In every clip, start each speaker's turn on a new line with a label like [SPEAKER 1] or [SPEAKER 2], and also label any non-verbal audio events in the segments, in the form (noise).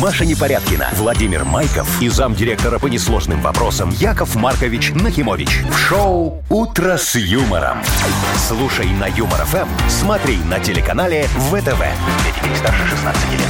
[SPEAKER 1] Маша Непорядкина, Владимир Майков и замдиректора по несложным вопросам Яков Маркович Нахимович. В шоу «Утро с юмором». Слушай на Юмор ФМ, смотри на телеканале ВТВ. Для детей старше 16 лет.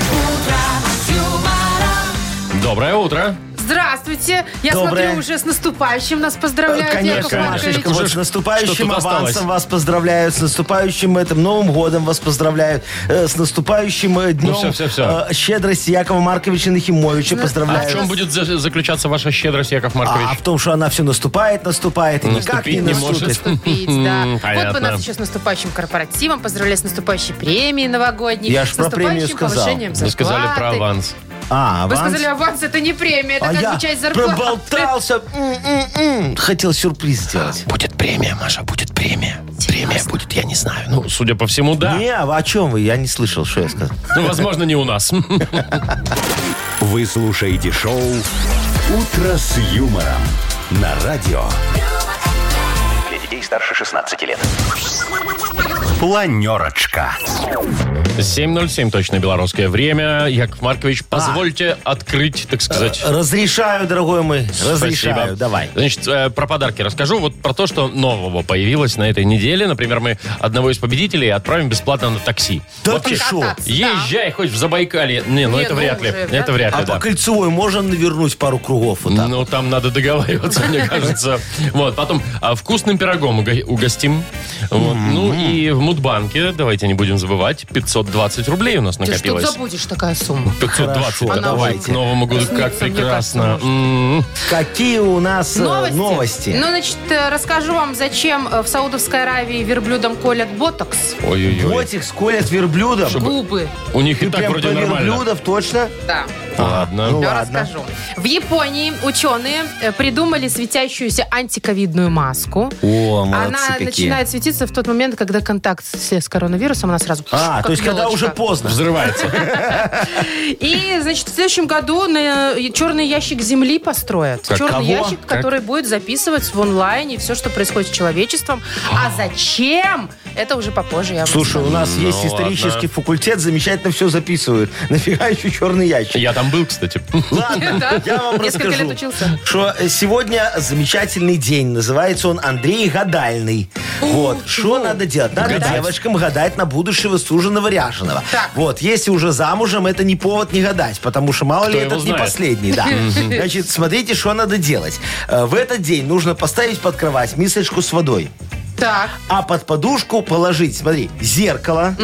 [SPEAKER 2] Доброе утро.
[SPEAKER 3] Здравствуйте. Я
[SPEAKER 4] Доброе.
[SPEAKER 3] смотрю, уже с наступающим нас поздравляют. Яков
[SPEAKER 4] Конечно,
[SPEAKER 3] Маркович.
[SPEAKER 4] Машечка,
[SPEAKER 2] Уже
[SPEAKER 4] вот с
[SPEAKER 2] ж- что
[SPEAKER 4] наступающим
[SPEAKER 2] тут осталось?
[SPEAKER 4] авансом вас поздравляют, с наступающим этим Новым годом вас поздравляют, э, с наступающим э, днем
[SPEAKER 2] Ну всё, всё, всё.
[SPEAKER 4] э, щедрости Якова Марковича
[SPEAKER 3] Ну,
[SPEAKER 4] Нахимовича
[SPEAKER 2] А в
[SPEAKER 4] поздравляют.
[SPEAKER 2] чем будет за- заключаться ваша щедрость, Яков
[SPEAKER 4] А
[SPEAKER 2] Маркович?
[SPEAKER 4] в том, что она все наступает, наступает, и никак не
[SPEAKER 2] Наступить не может.
[SPEAKER 4] наступит.
[SPEAKER 3] Наступить, да. Вот бы
[SPEAKER 2] понятно.
[SPEAKER 3] нас еще с наступающим корпоративом поздравляли с наступающей премией новогодней.
[SPEAKER 4] Я ж
[SPEAKER 3] с
[SPEAKER 4] про премию
[SPEAKER 3] наступающим
[SPEAKER 4] сказал.
[SPEAKER 3] повышением
[SPEAKER 2] Вы
[SPEAKER 3] зарплаты.
[SPEAKER 2] сказали про аванс.
[SPEAKER 4] А,
[SPEAKER 3] Вы
[SPEAKER 4] аванс?
[SPEAKER 3] сказали, аванс это не премия, это
[SPEAKER 4] А
[SPEAKER 3] как
[SPEAKER 4] я
[SPEAKER 3] бы часть зарплаты.
[SPEAKER 4] проболтался. М-м-м. Хотел сюрприз сделать.
[SPEAKER 2] Будет премия, Маша, будет премия. Премия будет, я не знаю. Ну, судя по всему, да.
[SPEAKER 4] Не, а о чем вы? Я не слышал, что я сказал.
[SPEAKER 2] Ну, возможно, не у нас.
[SPEAKER 1] Вы слушаете шоу «Утро с юмором» на радио. Для детей старше 16 лет. Планерочка.
[SPEAKER 2] 7.07 точно белорусское время. Яков Маркович, позвольте открыть, так сказать,
[SPEAKER 4] Разрешаю, дорогой мой. Разрешаю.
[SPEAKER 2] Спасибо.
[SPEAKER 4] Давай.
[SPEAKER 2] Значит, э, про подарки расскажу. Вот про то, что нового появилось на этой неделе. Например, мы одного из победителей отправим бесплатно на такси.
[SPEAKER 4] Да
[SPEAKER 2] Вообще,
[SPEAKER 4] ты шо?
[SPEAKER 3] кататься.
[SPEAKER 2] Езжай хоть в Забайкалье. Не, ну
[SPEAKER 3] Не,
[SPEAKER 2] это
[SPEAKER 3] ну
[SPEAKER 2] вряд ли.
[SPEAKER 3] уже, да.
[SPEAKER 2] Это вряд
[SPEAKER 4] А
[SPEAKER 2] ли, да.
[SPEAKER 4] по кольцевой можно навернуть пару кругов вот так?
[SPEAKER 2] Ну, там надо договариваться, мне
[SPEAKER 4] (laughs)
[SPEAKER 2] кажется. Вот, потом а, вкусным пирогом уго- угостим. Вот. Ну, и в Мудбанке, давайте не будем забывать, 520 рублей у нас
[SPEAKER 3] Ты ж тут
[SPEAKER 2] накопилось.
[SPEAKER 3] забудешь такая сумма.
[SPEAKER 2] 520,
[SPEAKER 4] Хорошо,
[SPEAKER 2] да.
[SPEAKER 4] давайте.
[SPEAKER 2] К Новому году, как
[SPEAKER 3] Снится, мне
[SPEAKER 2] прекрасно. М-м-м.
[SPEAKER 3] кажется,
[SPEAKER 2] М.
[SPEAKER 4] Какие у нас э, новости?
[SPEAKER 3] Ну, значит, э, расскажу вам, зачем э, в Саудовской Аравии верблюдам колят ботокс.
[SPEAKER 2] Ой-ой-ой.
[SPEAKER 4] Ботик сколят верблюдом.
[SPEAKER 3] Губы.
[SPEAKER 2] У них и
[SPEAKER 4] Ты
[SPEAKER 2] так
[SPEAKER 4] прям
[SPEAKER 2] вроде
[SPEAKER 4] про
[SPEAKER 2] нормально.
[SPEAKER 4] верблюдов точно?
[SPEAKER 3] Да.
[SPEAKER 2] Ладно.
[SPEAKER 4] Ну,
[SPEAKER 3] Я
[SPEAKER 4] ладно.
[SPEAKER 3] расскажу. В Японии ученые э, придумали светящуюся антиковидную маску.
[SPEAKER 4] О, молодцы
[SPEAKER 3] Она
[SPEAKER 4] какие.
[SPEAKER 3] начинает светиться в тот момент, когда контакт с с коронавирусом, она сразу...
[SPEAKER 4] А,
[SPEAKER 3] как
[SPEAKER 4] то есть когда
[SPEAKER 3] елочка.
[SPEAKER 4] уже поздно.
[SPEAKER 2] Взрывается.
[SPEAKER 3] И, значит, в следующем году на э, черный ящик Земли построят.
[SPEAKER 2] Как?
[SPEAKER 3] черный
[SPEAKER 2] Кого?
[SPEAKER 3] ящик,
[SPEAKER 2] Как?
[SPEAKER 3] который будет записывать в онлайне все, что происходит с человечеством. А зачем? Это уже попозже я вам
[SPEAKER 4] Слушай, у нас
[SPEAKER 2] Ну
[SPEAKER 4] есть исторический факультет, замечательно все записывают. (laughs) Нафига еще черный ящик?
[SPEAKER 2] ну, Я там был, кстати.
[SPEAKER 3] (laughs) (laughs)
[SPEAKER 4] Ладно,
[SPEAKER 3] Да?
[SPEAKER 4] (laughs) я вам
[SPEAKER 3] Несколько лет
[SPEAKER 4] расскажу,
[SPEAKER 3] учился.
[SPEAKER 4] что э, сегодня замечательный день. Называется он Андрей Гадальный. Вот. Что надо делать? Надо
[SPEAKER 2] Гадать.
[SPEAKER 4] девочкам гадать на будущего суженого ряженого.
[SPEAKER 3] Так.
[SPEAKER 4] Вот. Если уже замужем, это не повод не гадать, потому что мало ли
[SPEAKER 2] его
[SPEAKER 4] этот не
[SPEAKER 2] знает?
[SPEAKER 4] последний. Да. (laughs) Значит, смотрите, что надо делать. Э, В этот день нужно поставить под кровать мисочку с водой.
[SPEAKER 3] Так,
[SPEAKER 4] А под подушку положить, смотри, зеркало,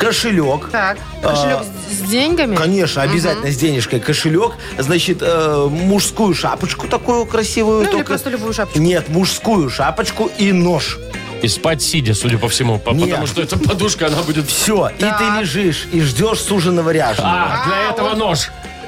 [SPEAKER 4] кошелек,
[SPEAKER 3] так.
[SPEAKER 4] А,
[SPEAKER 3] Кошелек с- с деньгами?
[SPEAKER 4] Конечно, обязательно с денежкой кошелек, значит, э, мужскую шапочку такую красивую.
[SPEAKER 3] Ну, или
[SPEAKER 4] только-
[SPEAKER 3] просто любую шапочку.
[SPEAKER 4] Нет, мужскую шапочку и нож.
[SPEAKER 2] И спать сидя, судя по всему. по-
[SPEAKER 4] Нет.
[SPEAKER 2] Потому что эта подушка, она будет... вс-
[SPEAKER 4] Все, и ты лежишь и ждешь суженого ряженого.
[SPEAKER 2] А, для
[SPEAKER 3] А,
[SPEAKER 2] этого
[SPEAKER 3] вот.
[SPEAKER 2] нож.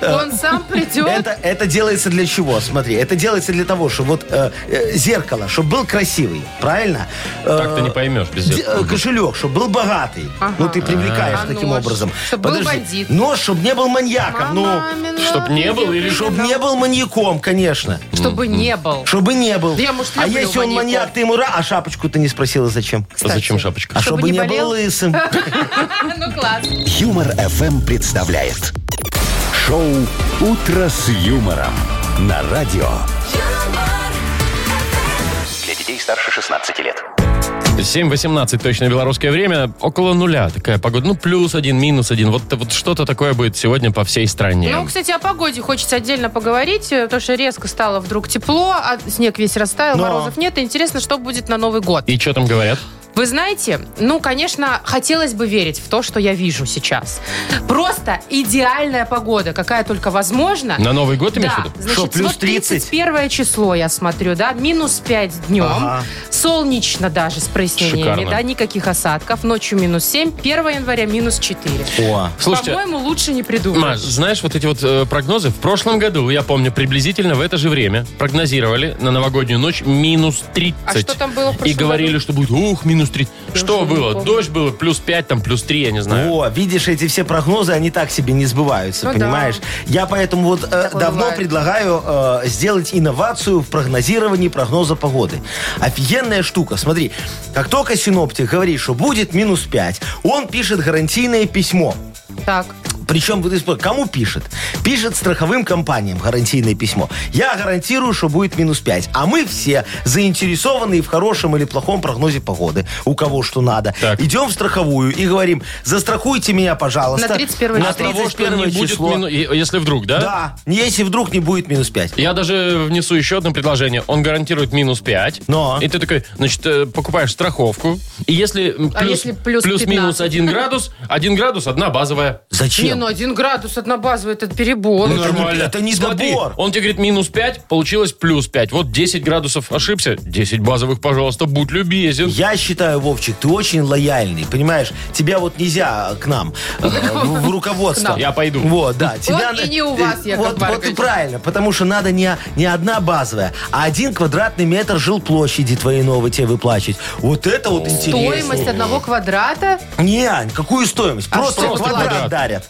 [SPEAKER 3] Он сам придет.
[SPEAKER 4] (laughs) Это, это делается для чего? Смотри, это делается для того, чтобы вот э, э, зеркало, чтобы был красивый, правильно?
[SPEAKER 2] Так ты не поймешь без
[SPEAKER 4] Д- э,
[SPEAKER 2] этого.
[SPEAKER 4] Кошелек, чтобы был богатый.
[SPEAKER 3] Ага.
[SPEAKER 4] Ну, ты привлекаешь
[SPEAKER 3] А
[SPEAKER 4] таким
[SPEAKER 3] нож?
[SPEAKER 4] образом.
[SPEAKER 3] Чтоб был
[SPEAKER 4] Подожди.
[SPEAKER 3] бандит.
[SPEAKER 4] Нож, чтобы не был маньяком.
[SPEAKER 3] Мамина
[SPEAKER 2] Ну, чтоб не был или
[SPEAKER 4] Ну,
[SPEAKER 3] любимая.
[SPEAKER 4] чтобы не был маньяком, конечно.
[SPEAKER 3] Чтобы не (laughs) был.
[SPEAKER 4] Чтобы не был.
[SPEAKER 3] Да я, может,
[SPEAKER 4] а
[SPEAKER 3] люблю
[SPEAKER 4] если он
[SPEAKER 3] маньяков.
[SPEAKER 4] маньяк, ты ему ра... А шапочку ты не спросила зачем?
[SPEAKER 3] Кстати.
[SPEAKER 2] Зачем шапочка?
[SPEAKER 4] А чтобы,
[SPEAKER 3] не
[SPEAKER 4] не,
[SPEAKER 3] болел? (laughs)
[SPEAKER 4] был лысым.
[SPEAKER 3] Ну, класс.
[SPEAKER 1] Юмор FM представляет шоу Утро с юмором на радио. Для детей старше 16 лет.
[SPEAKER 2] 7.18 точно белорусское время. Около нуля такая погода. Ну, плюс один, минус один. Вот, вот что-то такое будет сегодня по всей стране.
[SPEAKER 3] Ну, кстати, о погоде хочется отдельно поговорить, э, потому что резко стало вдруг тепло, а снег весь растаял,
[SPEAKER 4] Но.
[SPEAKER 3] морозов нет. И интересно, что будет на Новый год.
[SPEAKER 2] И что там говорят?
[SPEAKER 3] Вы знаете, ну, конечно, хотелось бы верить в то, что я вижу сейчас. Просто идеальная погода, какая только возможна.
[SPEAKER 2] На Новый год имеешь в
[SPEAKER 3] а, Да,
[SPEAKER 2] виду?
[SPEAKER 3] значит,
[SPEAKER 4] Что, плюс
[SPEAKER 3] вот 31 число я смотрю, да, минус 5 днем,
[SPEAKER 4] Ага.
[SPEAKER 3] солнечно даже с прояснениями,
[SPEAKER 2] Шикарно.
[SPEAKER 3] да, никаких осадков, ночью минус 7, 1 января минус 4.
[SPEAKER 4] О.
[SPEAKER 2] Слушайте,
[SPEAKER 3] По-моему, лучше не придумаешь.
[SPEAKER 2] Маш, знаешь, вот эти вот э, прогнозы в прошлом году, я помню, приблизительно в это же время прогнозировали на новогоднюю ночь минус 30.
[SPEAKER 3] А что там было в
[SPEAKER 2] И
[SPEAKER 3] прошлом
[SPEAKER 2] говорили,
[SPEAKER 3] году?
[SPEAKER 2] что будет, ух, минус 30. что
[SPEAKER 3] уже не
[SPEAKER 2] было?
[SPEAKER 3] помню.
[SPEAKER 2] Дождь было, плюс 5, там, плюс 3, я не знаю.
[SPEAKER 4] О, видишь, эти все прогнозы, они так себе не сбываются,
[SPEAKER 3] Ну да.
[SPEAKER 4] понимаешь? Я поэтому вот э,
[SPEAKER 3] Такое
[SPEAKER 4] давно
[SPEAKER 3] бывает.
[SPEAKER 4] предлагаю э, сделать инновацию в прогнозировании прогноза погоды. Офигенная штука. Смотри, как только синоптик говорит, что будет минус 5, он пишет гарантийное письмо.
[SPEAKER 3] Так,
[SPEAKER 4] Причем, вот исп- кому пишет? Пишет страховым компаниям гарантийное письмо. Я гарантирую, что будет минус 5. А мы все заинтересованные в хорошем или плохом прогнозе погоды. У кого что надо.
[SPEAKER 2] Так.
[SPEAKER 4] Идем в страховую и говорим, застрахуйте меня, пожалуйста.
[SPEAKER 3] На 31
[SPEAKER 4] на
[SPEAKER 3] От того,
[SPEAKER 2] Того, что
[SPEAKER 4] 31
[SPEAKER 2] не будет
[SPEAKER 4] число.
[SPEAKER 2] мину- и- Если вдруг, да?
[SPEAKER 4] Да, если вдруг не будет минус 5.
[SPEAKER 2] Я даже внесу еще одно предложение. Он гарантирует минус 5.
[SPEAKER 4] Но.
[SPEAKER 2] И ты такой, значит, э, покупаешь страховку. И если м, плюс,
[SPEAKER 3] А если плюс
[SPEAKER 2] минус
[SPEAKER 3] 15?
[SPEAKER 2] 1 градус, 1 градус, одна базовая.
[SPEAKER 4] Зачем?
[SPEAKER 3] Не, ну один градус, одна базовая, это перебор.
[SPEAKER 4] (laughs) Ну, это не- это не
[SPEAKER 2] Смотри,
[SPEAKER 4] забор.
[SPEAKER 2] Он тебе говорит минус 5, получилось плюс 5. Вот 10 градусов ошибся. 10 базовых, пожалуйста, будь любезен.
[SPEAKER 4] Я считаю, Вовчик, ты очень лояльный, понимаешь? Тебя вот нельзя к нам, э, в, в
[SPEAKER 3] К
[SPEAKER 4] руководство.
[SPEAKER 3] нам.
[SPEAKER 2] Я пойду.
[SPEAKER 4] Вот, да.
[SPEAKER 3] и
[SPEAKER 4] на-
[SPEAKER 3] не у вас, Яков
[SPEAKER 4] вот, вот и
[SPEAKER 3] Маркович.
[SPEAKER 4] правильно, потому что надо не, не одна базовая, а один квадратный метр жилплощади твоей новой тебе выплачивать. Вот это вот интересно.
[SPEAKER 3] Стоимость одного квадрата?
[SPEAKER 4] Не, Ань, какую стоимость?
[SPEAKER 3] А
[SPEAKER 4] Просто,
[SPEAKER 3] что
[SPEAKER 4] квадрат,
[SPEAKER 2] квадрат?
[SPEAKER 4] дарят.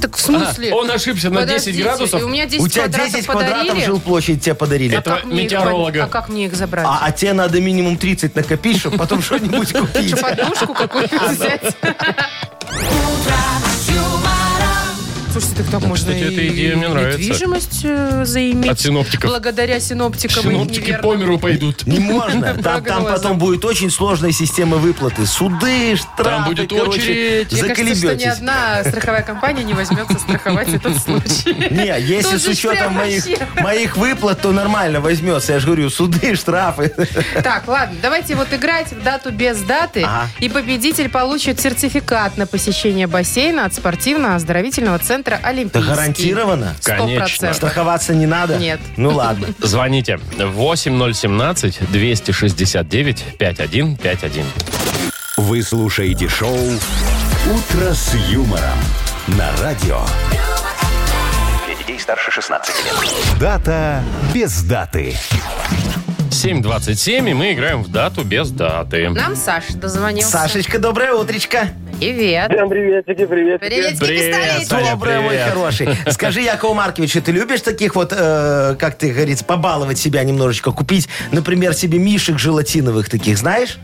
[SPEAKER 3] Так в смысле?
[SPEAKER 2] Он ошибся на 10
[SPEAKER 3] Подождите,
[SPEAKER 2] градусов.
[SPEAKER 3] и У меня 10
[SPEAKER 4] У тебя
[SPEAKER 3] квадратов
[SPEAKER 4] 10 квадратов
[SPEAKER 3] подарили?
[SPEAKER 4] жилплощадь тебе подарили.
[SPEAKER 3] а как
[SPEAKER 2] этого
[SPEAKER 3] мне их под-
[SPEAKER 2] метеоролога.
[SPEAKER 3] А как мне их забрать?
[SPEAKER 4] А, а тебе надо минимум 30 накопить, чтобы потом что-нибудь купить.
[SPEAKER 3] Что,
[SPEAKER 2] (laughs)
[SPEAKER 3] подушку
[SPEAKER 2] А,
[SPEAKER 3] какую-то взять? Слушайте, так так можно
[SPEAKER 2] кстати, эта
[SPEAKER 3] и
[SPEAKER 2] идея мне нравится.
[SPEAKER 3] недвижимость э, заиметь.
[SPEAKER 2] От синоптиков.
[SPEAKER 3] Благодаря синоптикам. и
[SPEAKER 2] Синоптики
[SPEAKER 3] неверным.
[SPEAKER 2] по миру пойдут.
[SPEAKER 4] Не можно. Там, там
[SPEAKER 3] Прогнозы.
[SPEAKER 4] потом будет очень сложная система выплаты. Суды, штрафы,
[SPEAKER 2] будет
[SPEAKER 4] короче,
[SPEAKER 2] очередь.
[SPEAKER 3] Мне кажется, что ни
[SPEAKER 4] заколебетесь.
[SPEAKER 3] одна страховая компания не возьмется страховать этот случай.
[SPEAKER 4] Не, если
[SPEAKER 3] Тут
[SPEAKER 4] с
[SPEAKER 3] же
[SPEAKER 4] учетом
[SPEAKER 3] прям
[SPEAKER 4] моих,
[SPEAKER 3] вообще.
[SPEAKER 4] моих выплат, то нормально возьмется. Я же говорю, суды, штрафы.
[SPEAKER 3] Так, ладно, давайте вот играть в дату без даты.
[SPEAKER 4] Ага.
[SPEAKER 3] И победитель получит сертификат на посещение бассейна от спортивно-оздоровительного центра
[SPEAKER 4] Да
[SPEAKER 3] «Олимпийский».
[SPEAKER 4] гарантированно.
[SPEAKER 3] Сто
[SPEAKER 2] Конечно.
[SPEAKER 3] процентов.
[SPEAKER 4] Страховаться не надо?
[SPEAKER 3] Нет.
[SPEAKER 4] Ну
[SPEAKER 3] (laughs)
[SPEAKER 4] ладно.
[SPEAKER 2] Звоните 8017-269-5151.
[SPEAKER 1] Вы слушаете шоу «Утро с юмором» на радио. Для детей старше 16 лет. Дата без даты.
[SPEAKER 2] 7.27, и мы играем в дату без даты.
[SPEAKER 3] Нам Саша дозвонился.
[SPEAKER 4] Сашечка, доброе утречко.
[SPEAKER 3] Привет.
[SPEAKER 5] Всем приветики, приветики.
[SPEAKER 3] Привет,
[SPEAKER 2] Привет, Сань.
[SPEAKER 3] Привет.
[SPEAKER 2] Саня,
[SPEAKER 4] доброе, мой
[SPEAKER 2] привет.
[SPEAKER 4] хороший.
[SPEAKER 3] (laughs)
[SPEAKER 4] Скажи, Яков Маркович, а ты любишь таких вот, э, как ты говорится, побаловать себя немножечко, купить, например, себе мишек желатиновых таких, знаешь?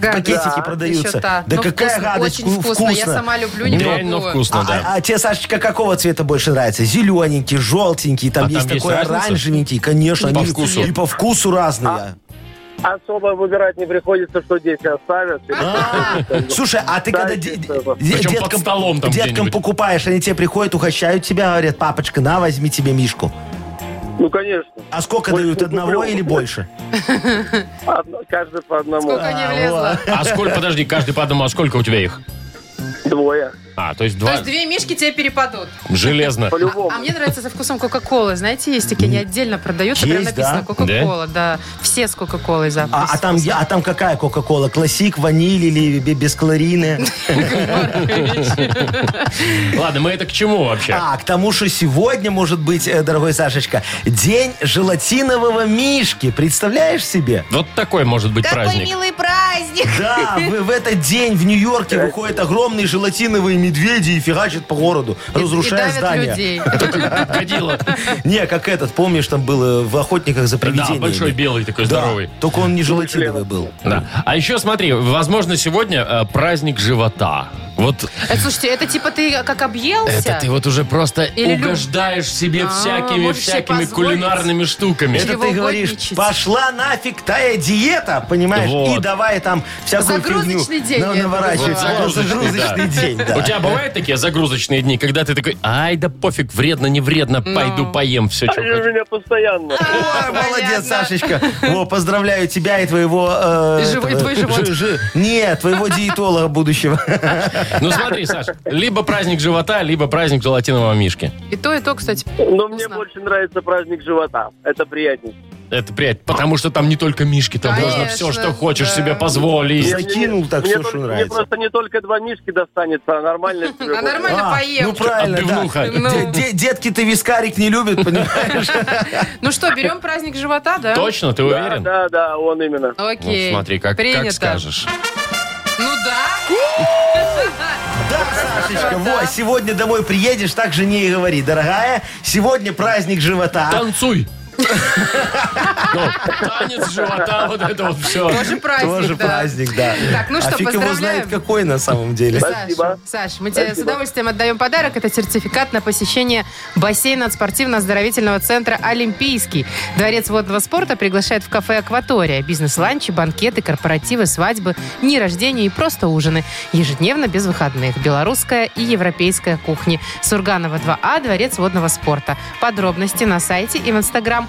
[SPEAKER 4] Пакетики продаются.
[SPEAKER 3] та.
[SPEAKER 4] Да
[SPEAKER 3] Но
[SPEAKER 4] какая
[SPEAKER 3] вкусно,
[SPEAKER 4] гадость,
[SPEAKER 3] очень
[SPEAKER 4] вку-
[SPEAKER 3] вкусно. Я
[SPEAKER 4] вкусно.
[SPEAKER 3] сама люблю, не
[SPEAKER 2] Дрянь, но
[SPEAKER 3] пробовала.
[SPEAKER 2] вкусно,
[SPEAKER 4] А,
[SPEAKER 2] Ну да.
[SPEAKER 4] а- а тебе, Сашечка, какого цвета больше нравится? Зелененький, желтенький, там
[SPEAKER 2] А
[SPEAKER 4] есть
[SPEAKER 2] там есть
[SPEAKER 4] такой
[SPEAKER 2] разница?
[SPEAKER 4] оранжевенький, конечно.
[SPEAKER 2] По
[SPEAKER 4] они
[SPEAKER 2] вкусу.
[SPEAKER 4] И по вкусу разные.
[SPEAKER 5] Особо выбирать не приходится, что дети оставят.
[SPEAKER 4] А. Слушай, а ты
[SPEAKER 5] Да,
[SPEAKER 4] когда де-
[SPEAKER 5] естественно.
[SPEAKER 4] де-
[SPEAKER 2] Причем под столом там
[SPEAKER 4] деткам
[SPEAKER 2] где-нибудь.
[SPEAKER 4] покупаешь, они тебе приходят, угощают тебя, говорят, папочка, на, возьми тебе мишку.
[SPEAKER 5] Ну, конечно.
[SPEAKER 4] А сколько
[SPEAKER 5] Больше
[SPEAKER 4] дают,
[SPEAKER 5] не
[SPEAKER 4] одного
[SPEAKER 5] куплю.
[SPEAKER 4] или больше?
[SPEAKER 5] Одно- каждый по одному.
[SPEAKER 3] Сколько не влезло.
[SPEAKER 2] А сколько, подожди, каждый по одному, а сколько у тебя их?
[SPEAKER 5] Двое.
[SPEAKER 2] А, то есть
[SPEAKER 3] То
[SPEAKER 2] два.
[SPEAKER 3] есть две мишки тебе перепадут.
[SPEAKER 2] Железно.
[SPEAKER 5] По-любому.
[SPEAKER 3] А мне нравится со вкусом Кока-Колы. Знаете, есть такие, они отдельно продаются, прям
[SPEAKER 4] Есть,
[SPEAKER 3] написано
[SPEAKER 4] да?
[SPEAKER 3] Кока-Кола, да. Все с Кока-Колой запах.
[SPEAKER 4] А, а там, я- а там какая Кока-Кола? Классик, ваниль или бе- бескалорийная?
[SPEAKER 2] Ладно, мы это к чему вообще?
[SPEAKER 4] А, к тому, что сегодня, может быть, э, дорогой Сашечка, день желатинового мишки. Представляешь себе?
[SPEAKER 2] Вот такой может быть праздник.
[SPEAKER 3] милый праздник!
[SPEAKER 4] Да, в, в этот день в Нью-Йорке выходят огромные желатиновые медведи и фигачат по городу, разрушая
[SPEAKER 3] и давят
[SPEAKER 4] здания.
[SPEAKER 3] людей.
[SPEAKER 4] типа
[SPEAKER 2] (laughs) Крокодила.
[SPEAKER 4] Не, как этот, помнишь, там был э, в «Охотниках за
[SPEAKER 2] Да,
[SPEAKER 4] привидениями».
[SPEAKER 2] большой белый такой
[SPEAKER 4] Да,
[SPEAKER 2] здоровый.
[SPEAKER 4] только он не желатиновый был.
[SPEAKER 2] Да. А еще смотри, возможно, сегодня э, праздник живота. Вот
[SPEAKER 3] Э, Слушайте, это типа ты как объелся?
[SPEAKER 2] это ты вот уже просто
[SPEAKER 3] Или люб-
[SPEAKER 2] угождаешь себе
[SPEAKER 3] А,
[SPEAKER 2] всякими
[SPEAKER 3] можешь себе
[SPEAKER 2] всякими
[SPEAKER 3] позволить?
[SPEAKER 2] кулинарными штуками.
[SPEAKER 4] Это ты говоришь,
[SPEAKER 3] Чревоугодничать.
[SPEAKER 4] пошла нафиг тая диета, понимаешь?
[SPEAKER 2] Вот.
[SPEAKER 4] И давай там всякую
[SPEAKER 3] Загрузочный
[SPEAKER 4] фигню
[SPEAKER 3] день
[SPEAKER 4] на-
[SPEAKER 3] я это
[SPEAKER 4] наворачивать.
[SPEAKER 3] называю.
[SPEAKER 4] Вот, Загрузочный день, да.
[SPEAKER 2] У тебя бывают такие загрузочные дни, когда ты такой, ай, да пофиг, вредно, не вредно,
[SPEAKER 3] Ну.
[SPEAKER 2] пойду поем все, что
[SPEAKER 5] Они у меня постоянно.
[SPEAKER 3] А.
[SPEAKER 4] Ой,
[SPEAKER 3] Понятно.
[SPEAKER 4] молодец, Сашечка. О, поздравляю тебя и твоего... э,
[SPEAKER 3] И живой-
[SPEAKER 4] этого-
[SPEAKER 3] твой живот.
[SPEAKER 4] Жи- жи- Нет, твоего диетолога будущего.
[SPEAKER 2] Ну смотри, Саш, либо праздник живота, либо праздник желатинового мишки.
[SPEAKER 3] И то, и то, кстати,
[SPEAKER 5] Но мне
[SPEAKER 3] вкусно.
[SPEAKER 5] больше нравится праздник живота. Это приятнее.
[SPEAKER 2] Это приятно, потому что там не только мишки, там можно
[SPEAKER 3] Конечно,
[SPEAKER 2] все, что хочешь
[SPEAKER 3] да.
[SPEAKER 2] себе позволить.
[SPEAKER 5] Ну,
[SPEAKER 4] Я Закинул так,
[SPEAKER 5] мне
[SPEAKER 4] всё, что
[SPEAKER 5] только-
[SPEAKER 4] нравится.
[SPEAKER 5] Мне просто не только два мишки достанется, а
[SPEAKER 3] (laughs)
[SPEAKER 5] нормально.
[SPEAKER 3] А нормально
[SPEAKER 4] А, Ну,
[SPEAKER 3] поем.
[SPEAKER 4] правильно,
[SPEAKER 2] Отбивнуха.
[SPEAKER 4] да.
[SPEAKER 3] Ну.
[SPEAKER 4] Де- де- Детки-то вискарик не
[SPEAKER 3] (laughs)
[SPEAKER 4] любят, понимаешь?
[SPEAKER 3] Ну что, берем праздник живота, да?
[SPEAKER 2] Точно, ты
[SPEAKER 5] Да,
[SPEAKER 2] уверен?
[SPEAKER 5] да, да, он именно.
[SPEAKER 2] Ну,
[SPEAKER 3] Окей.
[SPEAKER 2] смотри, как,
[SPEAKER 3] Принято.
[SPEAKER 2] как скажешь.
[SPEAKER 3] Ну да.
[SPEAKER 4] Да, Сашечка, вот,
[SPEAKER 3] А.
[SPEAKER 4] сегодня домой приедешь, так жене и говори. Дорогая, сегодня праздник живота.
[SPEAKER 2] Танцуй! Ну, танец живота, вот это вот все.
[SPEAKER 3] Тоже праздник,
[SPEAKER 4] Тоже
[SPEAKER 3] да.
[SPEAKER 4] праздник, да.
[SPEAKER 3] Так, ну
[SPEAKER 4] а
[SPEAKER 3] что,
[SPEAKER 4] фиг его знает,
[SPEAKER 3] поздравляем.
[SPEAKER 4] какой на самом деле.
[SPEAKER 5] Спасибо.
[SPEAKER 3] Саш, мы тебе с удовольствием отдаем подарок. Это сертификат на посещение бассейна от спортивно-оздоровительного центра «Олимпийский». Дворец водного спорта приглашает в кафе «Акватория». Бизнес-ланчи, банкеты, корпоративы, свадьбы, дни рождения и просто ужины. Ежедневно без выходных. Белорусская и европейская кухни. Сурганова 2А, Дворец водного спорта. Подробности на сайте и в инстаграм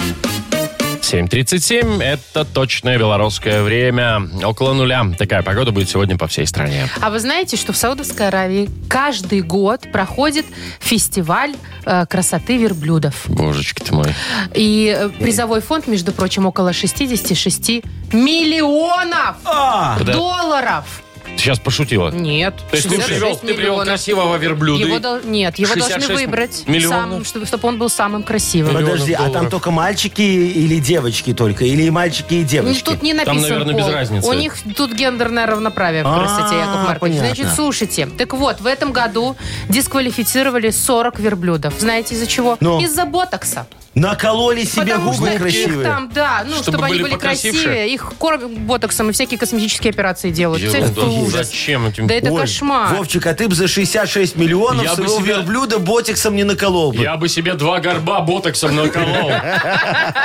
[SPEAKER 2] 7.37, это точное белорусское время. Около нуля. Такая погода будет сегодня по всей стране.
[SPEAKER 3] А вы знаете, что в Саудовской Аравии каждый год проходит фестиваль э, красоты верблюдов?
[SPEAKER 2] Божечки ты мой.
[SPEAKER 3] И э, призовой фонд, между прочим, около 66 миллионов
[SPEAKER 2] А! Куда-
[SPEAKER 3] долларов.
[SPEAKER 2] Сейчас пошутила.
[SPEAKER 3] Нет,
[SPEAKER 2] То есть ты
[SPEAKER 3] 66
[SPEAKER 2] привел, ты привел
[SPEAKER 3] миллионов.
[SPEAKER 2] красивого верблюда.
[SPEAKER 3] Его
[SPEAKER 2] и-
[SPEAKER 3] дол- Нет, его
[SPEAKER 2] 66
[SPEAKER 3] должны выбрать
[SPEAKER 2] миллионов?
[SPEAKER 3] самым, чтобы, чтобы он был самым красивым.
[SPEAKER 2] Миллионов
[SPEAKER 4] Подожди, а там
[SPEAKER 2] долларов.
[SPEAKER 4] только мальчики или девочки только? Или и мальчики, и
[SPEAKER 3] Ну,
[SPEAKER 4] девочки?
[SPEAKER 3] Тут не написано
[SPEAKER 2] наверное, без
[SPEAKER 3] пол.
[SPEAKER 2] разницы.
[SPEAKER 3] У них тут гендерное равноправие в красоте,
[SPEAKER 4] А,
[SPEAKER 3] Яков Маркович.
[SPEAKER 4] понятно.
[SPEAKER 3] Значит, слушайте. Так вот, в этом году дисквалифицировали 40 верблюдов. Знаете, из-за чего?
[SPEAKER 4] Ну?
[SPEAKER 3] Из-за ботокса.
[SPEAKER 4] Накололи себе
[SPEAKER 3] Потому
[SPEAKER 4] губы
[SPEAKER 3] что их
[SPEAKER 4] красивые.
[SPEAKER 3] там, да, ну,
[SPEAKER 2] Чтобы
[SPEAKER 3] чтобы, они
[SPEAKER 2] были
[SPEAKER 3] были
[SPEAKER 2] покрасивше.
[SPEAKER 3] красивее. Их кормят ботоксом и всякие косметические операции делают. Всё это
[SPEAKER 2] Ерунда.
[SPEAKER 3] ужас.
[SPEAKER 2] Зачем этим?
[SPEAKER 3] Да это
[SPEAKER 4] Ой,
[SPEAKER 3] кошмар.
[SPEAKER 4] Вовчик, а ты бы за 66 миллионов
[SPEAKER 2] Я бы
[SPEAKER 4] своего
[SPEAKER 2] себя-
[SPEAKER 4] верблюда ботиксом не наколол бы.
[SPEAKER 2] Я бы себе два горба ботоксом наколол.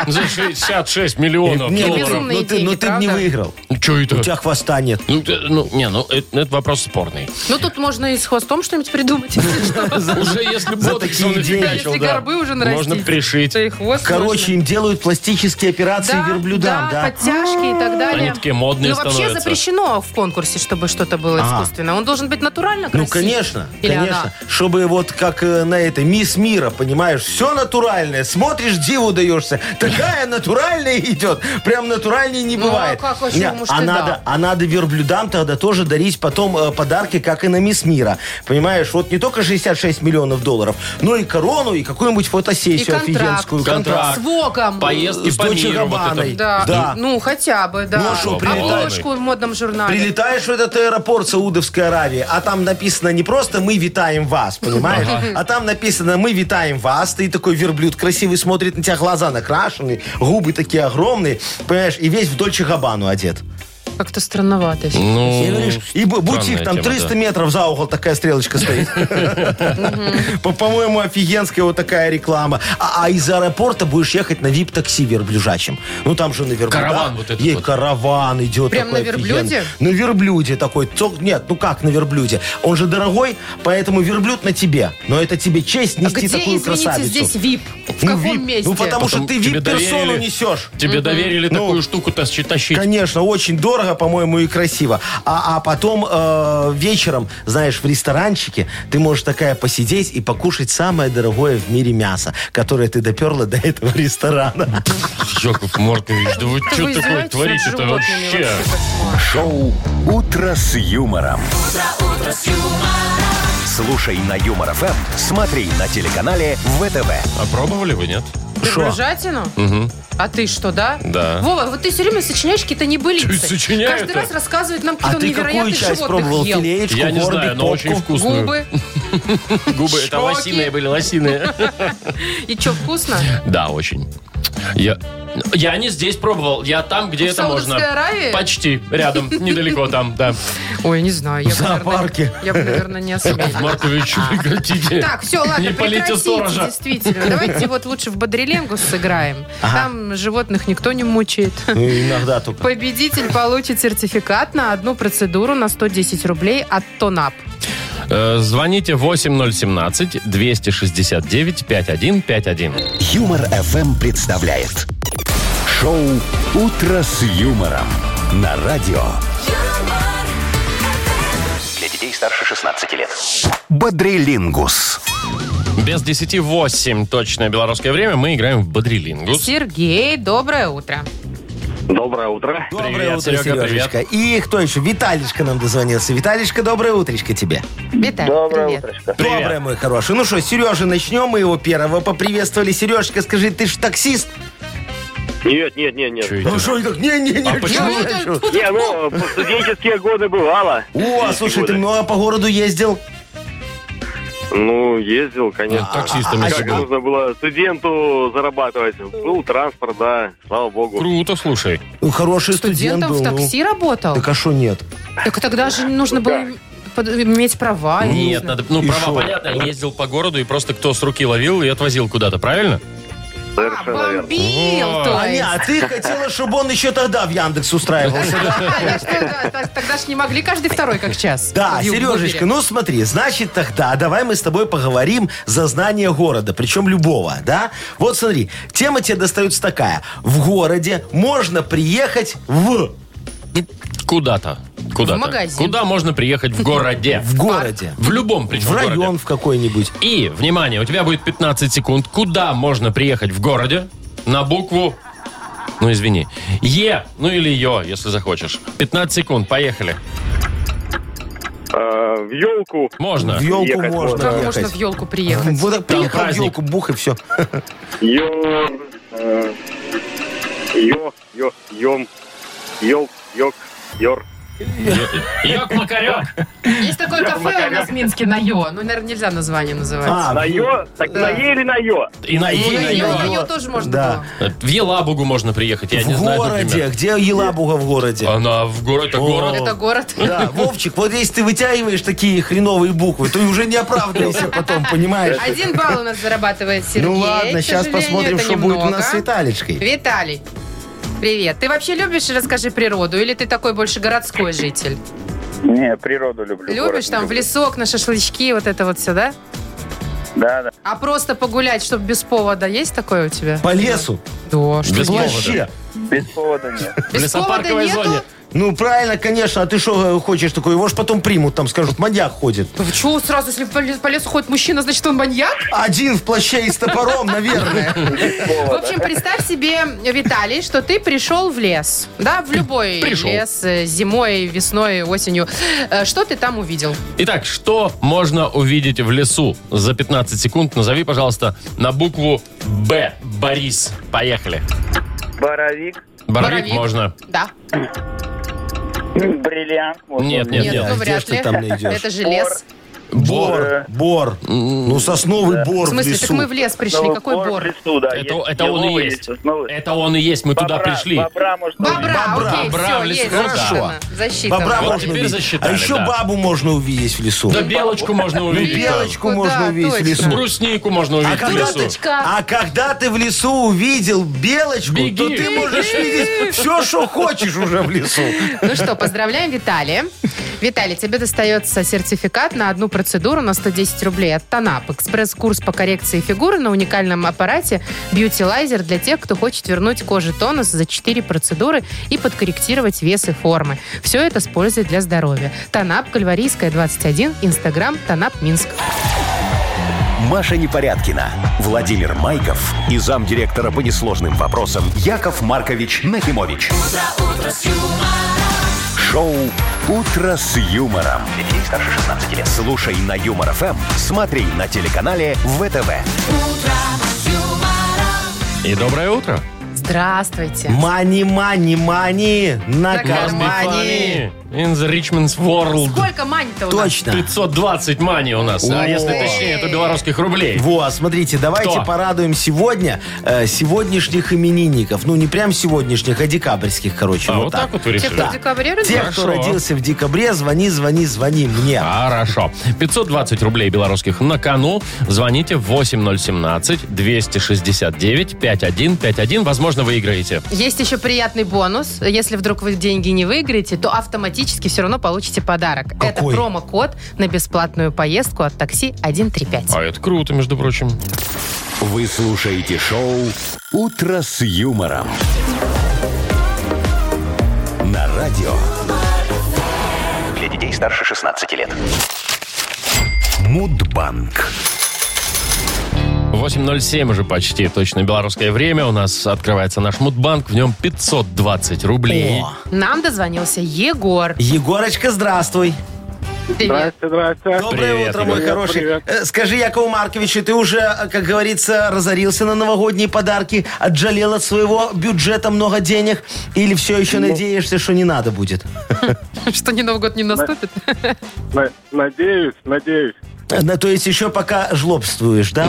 [SPEAKER 2] За 66 миллионов
[SPEAKER 4] Не, ну,
[SPEAKER 2] долларов.
[SPEAKER 3] безумно.
[SPEAKER 4] ну, ты, ну,
[SPEAKER 3] деньги,
[SPEAKER 4] ты б не
[SPEAKER 3] правда?
[SPEAKER 4] выиграл.
[SPEAKER 2] Че
[SPEAKER 4] У
[SPEAKER 2] это?
[SPEAKER 4] тебя хвоста нет.
[SPEAKER 2] Ну, э, ну, не, ну, э, ну, это вопрос спорный.
[SPEAKER 3] Ну, тут можно и с хвостом что-нибудь придумать, (laughs) если что.
[SPEAKER 2] Уже если ботоксом
[SPEAKER 4] такие деньги.
[SPEAKER 2] нафигачил,
[SPEAKER 3] Если
[SPEAKER 2] да,
[SPEAKER 3] горбы уже нарастить.
[SPEAKER 2] можно пришить.
[SPEAKER 3] То и хвост можно.
[SPEAKER 4] Короче, им делают пластические операции
[SPEAKER 3] Да,
[SPEAKER 4] верблюдам, да?
[SPEAKER 3] подтяжки и так далее.
[SPEAKER 2] Они такие модные
[SPEAKER 3] Ну, вообще
[SPEAKER 2] становятся.
[SPEAKER 3] запрещено в конкурсе, чтобы что-то было
[SPEAKER 4] Ага.
[SPEAKER 3] искусственно. Он должен быть натурально
[SPEAKER 4] Ну,
[SPEAKER 3] красив.
[SPEAKER 4] конечно,
[SPEAKER 3] Или
[SPEAKER 4] конечно.
[SPEAKER 3] она.
[SPEAKER 4] Чтобы вот как э, на этой Мисс Мира, понимаешь, все натуральное. Смотришь, диву даешься. Такая натуральная идет. Прям натуральней не
[SPEAKER 3] Ну, а
[SPEAKER 4] бывает.
[SPEAKER 3] как вообще,
[SPEAKER 4] Не,
[SPEAKER 3] может,
[SPEAKER 4] а,
[SPEAKER 3] и да.
[SPEAKER 4] надо, а надо верблюдам тогда тоже дарить потом э, подарки, как и на Мисс Мира. Понимаешь, вот не только 66 миллионов долларов, но и корону, и какую-нибудь
[SPEAKER 3] И
[SPEAKER 4] фотосессию
[SPEAKER 3] контракт.
[SPEAKER 4] офигенскую.
[SPEAKER 2] Контракт.
[SPEAKER 3] С вогом.
[SPEAKER 2] Поездки
[SPEAKER 4] С
[SPEAKER 2] по
[SPEAKER 4] Дольче
[SPEAKER 2] миру. вот
[SPEAKER 4] Габбаной.
[SPEAKER 2] это.
[SPEAKER 3] Да.
[SPEAKER 4] Да.
[SPEAKER 3] Ну, хотя бы, да.
[SPEAKER 4] Ну, а что, прилетает?
[SPEAKER 3] Обложку в модном журнале.
[SPEAKER 4] Прилетаешь в этот аэропорт Саудовской Аравии, а там написано не просто «Мы витаем вас», понимаешь? А там написано «Мы витаем вас». Ты такой верблюд красивый, смотрит на тебя, глаза накрашены, губы такие огромные, понимаешь? И весь в Дольче Габану одет.
[SPEAKER 3] Как-то странновато. всё.
[SPEAKER 2] Ну,
[SPEAKER 4] И, говоришь, и бу- бутик,
[SPEAKER 2] странная
[SPEAKER 4] там
[SPEAKER 2] тема,
[SPEAKER 4] 300
[SPEAKER 2] да.
[SPEAKER 4] метров за угол такая стрелочка стоит. По- По-моему, офигенская вот такая реклама. А а из аэропорта будешь ехать на вип-такси верблюжачим. Ну, там же на верблюдах.
[SPEAKER 2] Караван вот этот
[SPEAKER 4] Ей
[SPEAKER 2] вот.
[SPEAKER 4] караван идет.
[SPEAKER 3] Прям
[SPEAKER 4] такой
[SPEAKER 3] на верблюде?
[SPEAKER 4] офигенный. На верблюде такой. Цок- Нет, ну как на верблюде? Он же дорогой, поэтому верблюд на тебе. Но это тебе честь
[SPEAKER 3] А
[SPEAKER 4] нести
[SPEAKER 3] где,
[SPEAKER 4] такую
[SPEAKER 3] извините,
[SPEAKER 4] красавицу.
[SPEAKER 3] здесь ВИП? В
[SPEAKER 4] Ну,
[SPEAKER 3] каком
[SPEAKER 4] вип-
[SPEAKER 3] месте?
[SPEAKER 4] Ну, потому что
[SPEAKER 2] Потом
[SPEAKER 4] ты
[SPEAKER 2] тебе
[SPEAKER 4] вип-персону
[SPEAKER 2] доверили.
[SPEAKER 4] несешь.
[SPEAKER 2] Тебе доверили
[SPEAKER 4] Ну.
[SPEAKER 2] такую штуку тас- тащить.
[SPEAKER 4] Конечно, очень дорого, по-моему, и красиво. А, а потом э, вечером, знаешь, в ресторанчике ты можешь такая посидеть и покушать самое дорогое в мире мясо, которое ты доперла до этого ресторана.
[SPEAKER 2] Яков Маркович, да вы
[SPEAKER 3] Вы
[SPEAKER 2] что такое
[SPEAKER 3] издеваетесь над
[SPEAKER 2] творите-то
[SPEAKER 3] животными
[SPEAKER 2] вообще?
[SPEAKER 1] Шоу «Утро с юмором». Слушай на Юмор ФМ, смотри на телеканале ВТВ.
[SPEAKER 2] А пробовали вы, нет?
[SPEAKER 3] Верблюжатину? А ты что, да?
[SPEAKER 2] Да.
[SPEAKER 3] Вова, вот ты все время сочиняешь какие-то небылицы.
[SPEAKER 2] Чё сочиняю
[SPEAKER 3] Каждый
[SPEAKER 2] это?
[SPEAKER 3] раз рассказывает нам,
[SPEAKER 4] А
[SPEAKER 3] какие-то
[SPEAKER 4] ты какую
[SPEAKER 3] невероятные
[SPEAKER 4] часть
[SPEAKER 3] животных
[SPEAKER 4] пробовал?
[SPEAKER 3] ел.
[SPEAKER 4] Филеечку,
[SPEAKER 2] Я не знаю,
[SPEAKER 4] горбик,
[SPEAKER 2] но очень
[SPEAKER 4] попку?
[SPEAKER 2] вкусную.
[SPEAKER 3] Губы.
[SPEAKER 2] Губы это
[SPEAKER 3] Щеки.
[SPEAKER 2] лосиные были, лосиные.
[SPEAKER 3] И что, вкусно?
[SPEAKER 2] Да, очень. Я... Я не здесь пробовал, я там, где
[SPEAKER 3] В
[SPEAKER 2] это можно.
[SPEAKER 3] Саудовской Аравии?
[SPEAKER 2] Почти, рядом, недалеко там, да.
[SPEAKER 3] Ой, не знаю. Я
[SPEAKER 4] В зоопарке.
[SPEAKER 3] Я бы, наверное, не
[SPEAKER 2] Яков
[SPEAKER 3] осмелилась.
[SPEAKER 2] Маркович, прекратите.
[SPEAKER 3] Так, все, ладно,
[SPEAKER 2] Не полите
[SPEAKER 3] прекратите,
[SPEAKER 2] сторожа.
[SPEAKER 3] действительно. Давайте вот лучше в Бодриленгу сыграем. Там животных никто не мучает.
[SPEAKER 4] Ну, Иногда только.
[SPEAKER 3] Победитель получит сертификат на одну процедуру на 110 рублей от ТОНАП.
[SPEAKER 2] Э, Звоните 8017-269-5151.
[SPEAKER 1] Юмор ФМ представляет. Шоу «Утро с юмором» на радио.
[SPEAKER 6] Для детей старше 16 лет.
[SPEAKER 1] Бодрилингус.
[SPEAKER 2] Без 10 8 точное белорусское время мы играем в Бодрилингус.
[SPEAKER 3] Сергей, доброе утро.
[SPEAKER 5] Доброе утро.
[SPEAKER 2] Привет,
[SPEAKER 4] Доброе утро,
[SPEAKER 2] Серега,
[SPEAKER 4] Сережечка. И кто еще? Виталичка нам дозвонился. Виталичка, доброе утречко тебе.
[SPEAKER 3] Виталий,
[SPEAKER 5] Доброе
[SPEAKER 3] привет.
[SPEAKER 5] утречко.
[SPEAKER 2] Привет.
[SPEAKER 4] Доброе, мой хороший. Ну что, Сережа, начнем. Мы его первого поприветствовали. Сережечка, скажи, ты ж таксист?
[SPEAKER 5] Нет, нет, нет, нет.
[SPEAKER 2] Чё это?
[SPEAKER 4] Ну что, так, не-не-не.
[SPEAKER 2] А
[SPEAKER 4] чё,
[SPEAKER 2] почему?
[SPEAKER 4] я чё?
[SPEAKER 5] Не, ну, в студенческие годы бывало.
[SPEAKER 2] (laughs)
[SPEAKER 4] О, а слушай, ты много по городу ездил?
[SPEAKER 5] Ну, ездил, конечно.
[SPEAKER 2] А, таксистами
[SPEAKER 5] Как
[SPEAKER 2] ездил.
[SPEAKER 5] нужно было студенту зарабатывать? Был транспорт, да, слава богу.
[SPEAKER 2] Круто, слушай.
[SPEAKER 4] Ну, Хороший студент
[SPEAKER 3] Студентом
[SPEAKER 4] был.
[SPEAKER 3] в
[SPEAKER 4] ну.
[SPEAKER 3] такси работал?
[SPEAKER 4] Так а что нет?
[SPEAKER 3] Так тогда же нужно было под- иметь права. я не
[SPEAKER 2] Нет,
[SPEAKER 3] знаю.
[SPEAKER 2] надо, ну,
[SPEAKER 4] И
[SPEAKER 2] права
[SPEAKER 4] шо?
[SPEAKER 2] понятно, ездил по городу и просто кто с руки ловил и отвозил куда-то, правильно?
[SPEAKER 3] А, бомбил,
[SPEAKER 2] О,
[SPEAKER 3] то
[SPEAKER 4] А, не,
[SPEAKER 3] есть.
[SPEAKER 4] а ты хотела, чтобы он еще тогда в Яндекс устраивался. да?
[SPEAKER 3] (laughs) Конечно, А, да, та- Тогда ж не могли каждый второй, как сейчас.
[SPEAKER 4] Да,
[SPEAKER 3] в Ю-
[SPEAKER 4] Сережечка,
[SPEAKER 3] в Uber.
[SPEAKER 4] ну смотри, значит тогда давай мы с тобой поговорим за знание города, причем любого, да? Вот смотри, тема тебе достается такая. В городе можно приехать в...
[SPEAKER 2] Куда-то. Куда-то.
[SPEAKER 3] В магазин.
[SPEAKER 2] Куда можно приехать в городе?
[SPEAKER 4] В городе.
[SPEAKER 2] В любом причем
[SPEAKER 4] В
[SPEAKER 2] городе.
[SPEAKER 4] район в какой-нибудь.
[SPEAKER 2] И, внимание, у тебя будет 15 секунд. Куда можно приехать в городе? На букву... Ну, извини. Е, ну или Ё, если захочешь. 15 секунд, поехали.
[SPEAKER 5] Э, в елку.
[SPEAKER 2] Можно.
[SPEAKER 4] В елку
[SPEAKER 5] Ехать
[SPEAKER 4] можно
[SPEAKER 3] Как
[SPEAKER 4] ехать.
[SPEAKER 3] можно в елку приехать?
[SPEAKER 4] Вот так приехал в
[SPEAKER 2] праздник.
[SPEAKER 4] елку, бух и все.
[SPEAKER 5] Ёр. э, Ё, ё, ём. Ёл, ёк, ёр.
[SPEAKER 2] Йок-макарёк.
[SPEAKER 3] Есть такое кафе у нас в Минске на Йо. Ну, наверное, нельзя название
[SPEAKER 4] А,
[SPEAKER 3] называть.
[SPEAKER 5] На ё? Так на е или на ё?
[SPEAKER 2] И на
[SPEAKER 3] Ну,
[SPEAKER 2] Е,
[SPEAKER 3] На
[SPEAKER 2] на
[SPEAKER 3] Йо,
[SPEAKER 2] Ё.
[SPEAKER 3] на Йо тоже можно
[SPEAKER 4] Да.
[SPEAKER 3] было.
[SPEAKER 2] В Елабугу можно приехать, я не
[SPEAKER 4] в
[SPEAKER 2] знаю,
[SPEAKER 4] городе.
[SPEAKER 2] например.
[SPEAKER 4] Где Елабуга в городе?
[SPEAKER 2] Она в городе, это город.
[SPEAKER 3] Это город.
[SPEAKER 4] Да, Вовчик, вот если ты вытягиваешь такие хреновые буквы, то и уже не оправдывайся потом, понимаешь?
[SPEAKER 3] Один балл у нас зарабатывает А Сергей.
[SPEAKER 4] Ну ладно,
[SPEAKER 3] К
[SPEAKER 4] сейчас
[SPEAKER 3] сожалению,
[SPEAKER 4] посмотрим,
[SPEAKER 3] это
[SPEAKER 4] что будет у
[SPEAKER 3] немного.
[SPEAKER 4] нас с Виталичкой.
[SPEAKER 3] Виталий, привет. Ты вообще любишь, расскажи, природу? Или ты такой больше городской житель?
[SPEAKER 5] Не, природу люблю.
[SPEAKER 3] Любишь там в лесок, на шашлычки, вот это вот все, да?
[SPEAKER 5] Да, да.
[SPEAKER 3] А просто погулять, чтобы без повода, есть такое у тебя?
[SPEAKER 4] По лесу?
[SPEAKER 3] Да, что
[SPEAKER 2] Без
[SPEAKER 3] нет?
[SPEAKER 2] повода.
[SPEAKER 4] Вообще.
[SPEAKER 5] Без повода нет.
[SPEAKER 2] В лесопарковой
[SPEAKER 3] повода
[SPEAKER 2] зоне.
[SPEAKER 3] нету?
[SPEAKER 4] Ну, правильно, конечно. А ты что хочешь такой? Его ж потом примут, там скажут, маньяк ходит.
[SPEAKER 3] Да вы чего сразу, если по лес- по лесу ходит мужчина, значит он маньяк?
[SPEAKER 4] Один в плаще и с топором, наверное.
[SPEAKER 3] В общем, представь себе, Виталий, что ты пришел в лес. Да, в любой
[SPEAKER 2] (clears throat) пришел.
[SPEAKER 3] лес, э, зимой, весной, осенью. Э, Что ты там увидел?
[SPEAKER 2] Итак, что можно увидеть в лесу? За 15 секунд назови, пожалуйста, на букву Б. Борис. Поехали.
[SPEAKER 5] Боровик.
[SPEAKER 2] Боровик
[SPEAKER 3] Боровик.
[SPEAKER 2] можно.
[SPEAKER 3] Да.
[SPEAKER 5] Бриллиант.
[SPEAKER 2] Нет, нет,
[SPEAKER 3] Нет,
[SPEAKER 2] нет.
[SPEAKER 3] ну
[SPEAKER 4] где
[SPEAKER 3] вряд
[SPEAKER 4] ж ты
[SPEAKER 3] ли.
[SPEAKER 4] там найдешь?
[SPEAKER 3] Это же лес.
[SPEAKER 4] Бор, бор. Ну, сосновый бор
[SPEAKER 3] В
[SPEAKER 4] в
[SPEAKER 3] смысле, так мы
[SPEAKER 4] лесу.
[SPEAKER 3] в лес пришли. Какой бор?
[SPEAKER 2] Это, это он и есть. Это он и есть. Мы туда пришли.
[SPEAKER 3] Бобра,
[SPEAKER 4] Бобра.
[SPEAKER 3] окей,
[SPEAKER 2] Бобра в
[SPEAKER 3] все,
[SPEAKER 2] лесу,
[SPEAKER 3] есть,
[SPEAKER 2] да.
[SPEAKER 3] засчитано. Засчитано.
[SPEAKER 4] Бобра
[SPEAKER 2] Вот
[SPEAKER 4] можно
[SPEAKER 2] теперь
[SPEAKER 4] увидеть. А
[SPEAKER 2] засчитали,
[SPEAKER 4] еще
[SPEAKER 2] да.
[SPEAKER 4] бабу можно увидеть в лесу.
[SPEAKER 2] Да белочку можно
[SPEAKER 4] Ну,
[SPEAKER 2] увидеть.
[SPEAKER 4] белочку
[SPEAKER 3] Да,
[SPEAKER 4] можно увидеть в
[SPEAKER 3] точно.
[SPEAKER 4] лесу.
[SPEAKER 2] да. Бруснику можно увидеть в
[SPEAKER 4] А когда
[SPEAKER 2] лесу.
[SPEAKER 4] ты, а когда ты в лесу увидел белочку,
[SPEAKER 2] Беги.
[SPEAKER 4] то ты можешь видеть все, что хочешь уже в лесу.
[SPEAKER 3] Ну что, поздравляем Виталия. Виталий, тебе достается сертификат на одну процедуру на 110 рублей от ТАНАП. Экспресс-курс по коррекции фигуры на уникальном аппарате «Бьютилайзер» для тех, кто хочет вернуть коже тонус за 4 процедуры и подкорректировать вес и формы. Все это с пользой для здоровья. ТАНАП, Кальварийская, 21, Инстаграм, ТАНАП, Минск.
[SPEAKER 1] Маша Непорядкина, Владимир Майков и замдиректора по несложным вопросам Яков Маркович Нахимович. Шоу Утро с юмором. Для детей старше 16 лет. Слушай на юмор ФМ, смотри на телеканале ВТВ.
[SPEAKER 2] И доброе утро.
[SPEAKER 3] Здравствуйте.
[SPEAKER 4] Мани, мани, мани на кармане.
[SPEAKER 2] Мани. In the Richmond's World.
[SPEAKER 3] Сколько мани-то у нас?
[SPEAKER 4] Точно.
[SPEAKER 2] 520 мани у нас. А
[SPEAKER 4] О.
[SPEAKER 2] если точнее, это белорусских рублей.
[SPEAKER 4] Во, смотрите, давайте
[SPEAKER 2] Кто?
[SPEAKER 4] порадуем сегодня э, сегодняшних именинников. Ну, не прям сегодняшних, а декабрьских, короче.
[SPEAKER 2] А вот так вот вы
[SPEAKER 3] Те,
[SPEAKER 2] решили.
[SPEAKER 3] кто в декабре
[SPEAKER 4] Те,
[SPEAKER 3] родился?
[SPEAKER 4] кто
[SPEAKER 2] Хорошо. А.
[SPEAKER 4] родился в декабре, звони, звони, звони мне.
[SPEAKER 2] Хорошо. 520 рублей белорусских на кону. Звоните 8017-269-5151. Возможно, выиграете.
[SPEAKER 3] Есть еще приятный бонус. Если вдруг вы деньги не выиграете, то автоматически все равно получите подарок. Это
[SPEAKER 4] Какой?
[SPEAKER 3] промокод на бесплатную поездку от такси 135.
[SPEAKER 2] А это круто, между прочим.
[SPEAKER 1] Вы слушаете шоу Утро с юмором. На радио
[SPEAKER 6] Для детей старше 16 лет.
[SPEAKER 1] Мудбанк.
[SPEAKER 2] 8.07 уже почти точно белорусское время. У нас открывается наш мудбанк. В нем 520 рублей.
[SPEAKER 4] О.
[SPEAKER 3] Нам дозвонился Егор.
[SPEAKER 4] Егорочка, здравствуй.
[SPEAKER 3] Привет.
[SPEAKER 5] Здрасте, здрасте.
[SPEAKER 4] Доброе
[SPEAKER 2] Привет,
[SPEAKER 4] утро, мой
[SPEAKER 5] привет.
[SPEAKER 4] хороший.
[SPEAKER 5] Привет.
[SPEAKER 4] Э, Скажи, Якову Марковичу, ты уже, э, как говорится, разорился на новогодние подарки, отжалел от своего бюджета много денег или все еще надеешься, что не надо будет?
[SPEAKER 3] (laughs) Что ни Новый год не наступит.
[SPEAKER 5] На- Надеюсь, надеюсь.
[SPEAKER 4] Э, на- То есть еще пока жлобствуешь, да?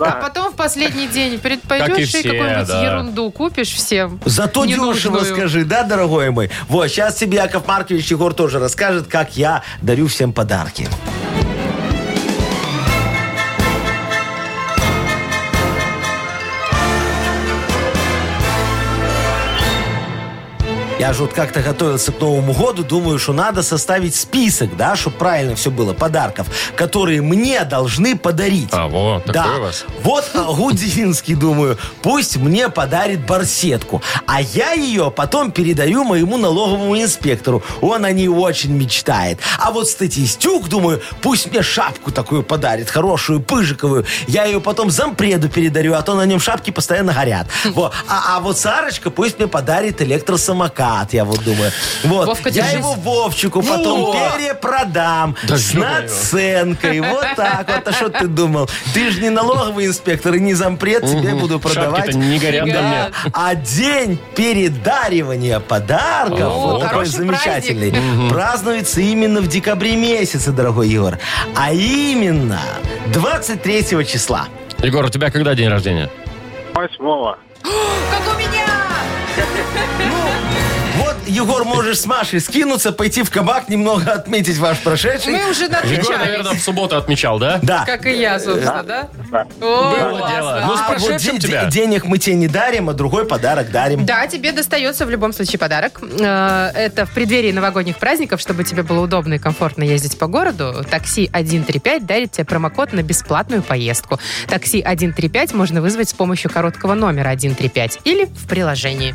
[SPEAKER 3] А потом в последний день перед-
[SPEAKER 2] и
[SPEAKER 3] пойдешь и,
[SPEAKER 2] все,
[SPEAKER 3] какую-нибудь
[SPEAKER 2] да.
[SPEAKER 3] ерунду купишь всем.
[SPEAKER 4] Зато дешево
[SPEAKER 3] ненужную.
[SPEAKER 4] скажи, да, дорогой мой? Вот, сейчас тебе Яков Маркович Егор тоже расскажет, как я дарю всем подарки. Я же вот как-то готовился к Новому году, думаю, что надо составить список, да, чтобы правильно все было, подарков, которые мне должны подарить.
[SPEAKER 2] А, вот, такой
[SPEAKER 4] да.
[SPEAKER 2] у вас.
[SPEAKER 4] Вот а, Гудинский, думаю, пусть мне подарит барсетку, а я ее потом передаю моему налоговому инспектору. Он о ней очень мечтает. А вот статистюк, думаю, пусть мне шапку такую подарит, хорошую, пыжиковую. Я ее потом зампреду передарю, а то на нем шапки постоянно горят. Во. А, а вот Сарочка пусть мне подарит электросамокат, я вот думаю. Вот.
[SPEAKER 3] Вовка,
[SPEAKER 4] я
[SPEAKER 3] держись.
[SPEAKER 4] его Вовчику потом перепродам
[SPEAKER 2] Ну Да
[SPEAKER 4] с
[SPEAKER 2] ё-моё.
[SPEAKER 4] наценкой. Вот так вот. А что ты думал? Ты же не налоговый инспектор и не зампред. Тебе буду продавать.
[SPEAKER 2] Шапки-то не горят
[SPEAKER 3] Да.
[SPEAKER 2] на мне.
[SPEAKER 4] А день передаривания подарков,
[SPEAKER 2] О,
[SPEAKER 4] вот такой
[SPEAKER 3] хороший
[SPEAKER 4] замечательный, празднуется именно в декабре месяце, дорогой Егор. А именно 23 числа.
[SPEAKER 2] Егор, у тебя когда день рождения?
[SPEAKER 5] Восьмого.
[SPEAKER 3] Как у меня!
[SPEAKER 4] Вот, Егор, можешь с Машей скинуться, пойти в кабак, немного отметить ваш прошедший.
[SPEAKER 3] Мы уже
[SPEAKER 2] Егор, наверное, в
[SPEAKER 3] наотвечались.
[SPEAKER 2] субботу отмечал, да?
[SPEAKER 4] Да.
[SPEAKER 3] Как и я, собственно, да?
[SPEAKER 5] Да.
[SPEAKER 3] О,
[SPEAKER 2] Было
[SPEAKER 3] классно.
[SPEAKER 2] дело. Ну, с
[SPEAKER 4] А вот
[SPEAKER 2] прошедшим
[SPEAKER 4] де-
[SPEAKER 2] тебя.
[SPEAKER 4] де- денег мы тебе не дарим, а другой подарок дарим.
[SPEAKER 3] Да, тебе достается в любом случае подарок. Э, Это в преддверии новогодних праздников, чтобы тебе было удобно и комфортно ездить по городу. Такси 135 дарит тебе промокод на бесплатную поездку. Такси 135 можно вызвать с помощью короткого номера 135 или в приложении.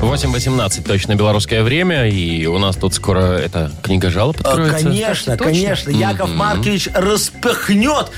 [SPEAKER 2] 8.18 точно белорусское время, и у нас тут скоро эта книга жалоб
[SPEAKER 4] Э,
[SPEAKER 2] откроется.
[SPEAKER 4] Конечно,
[SPEAKER 3] Точно?
[SPEAKER 4] конечно. Яков Маркович распахнет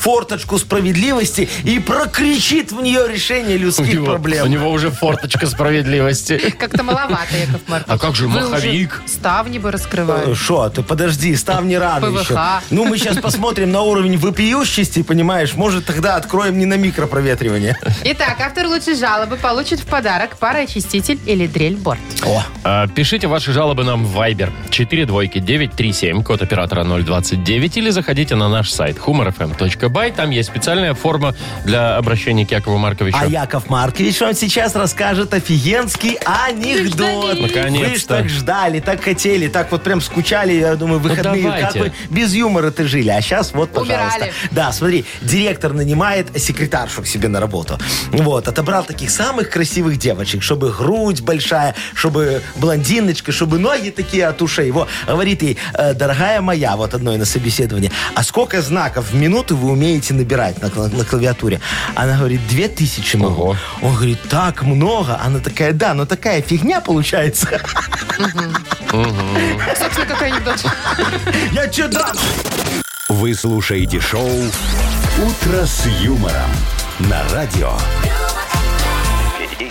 [SPEAKER 4] форточку справедливости и прокричит в нее решение
[SPEAKER 2] У
[SPEAKER 4] людских
[SPEAKER 2] него, у
[SPEAKER 4] проблем.
[SPEAKER 2] него уже форточка справедливости. (laughs)
[SPEAKER 3] Как-то маловато, Яков Маркович.
[SPEAKER 2] А как же
[SPEAKER 3] Вы уже
[SPEAKER 2] маховик?
[SPEAKER 3] Ставни бы
[SPEAKER 4] Э,
[SPEAKER 3] раскрывают.
[SPEAKER 4] Шо, ты подожди, став не рано
[SPEAKER 3] ПВХ.
[SPEAKER 4] еще. Ну, мы сейчас посмотрим на уровень вопиющести, понимаешь? Может, тогда откроем не на микропроветривание.
[SPEAKER 3] Итак, автор лучшей жалобы получит в подарок пароочиститель или дрель-борт.
[SPEAKER 4] О,
[SPEAKER 2] А, Пишите ваши жалобы нам в Viber 4 двойки 937, код оператора 029, или заходите на наш сайт humorfm.by. Там есть специальная форма для обращения к Якову Марковичу.
[SPEAKER 4] а Яков Маркович вам сейчас расскажет офигенский анекдот.
[SPEAKER 2] Наконец-то.
[SPEAKER 4] Вы ж так ждали, так хотели, так вот прям скучали, я думаю, выходные. как
[SPEAKER 2] давайте.
[SPEAKER 4] вы без юмора-то жили, а сейчас вот, пожалуйста.
[SPEAKER 3] Убирали.
[SPEAKER 4] Да, смотри, директор нанимает секретаршу к себе на работу. Вот, отобрал таких самых красивых девочек, чтобы грудь большая, чтобы блондиночка, чтобы ноги такие от ушей. Его говорит ей, «Э, дорогая моя, вот одной на собеседовании, а сколько знаков в минуту вы умеете набирать на, кла- на клавиатуре? Она говорит, две тысячи могу.
[SPEAKER 2] Ого.
[SPEAKER 4] Он говорит, так много. Она такая, да, но такая фигня получается. (laughs)
[SPEAKER 3] Собственно, какой анекдот.
[SPEAKER 4] Я че дам?
[SPEAKER 1] Вы слушаете шоу «Утро с юмором» на радио.
[SPEAKER 6] Для детей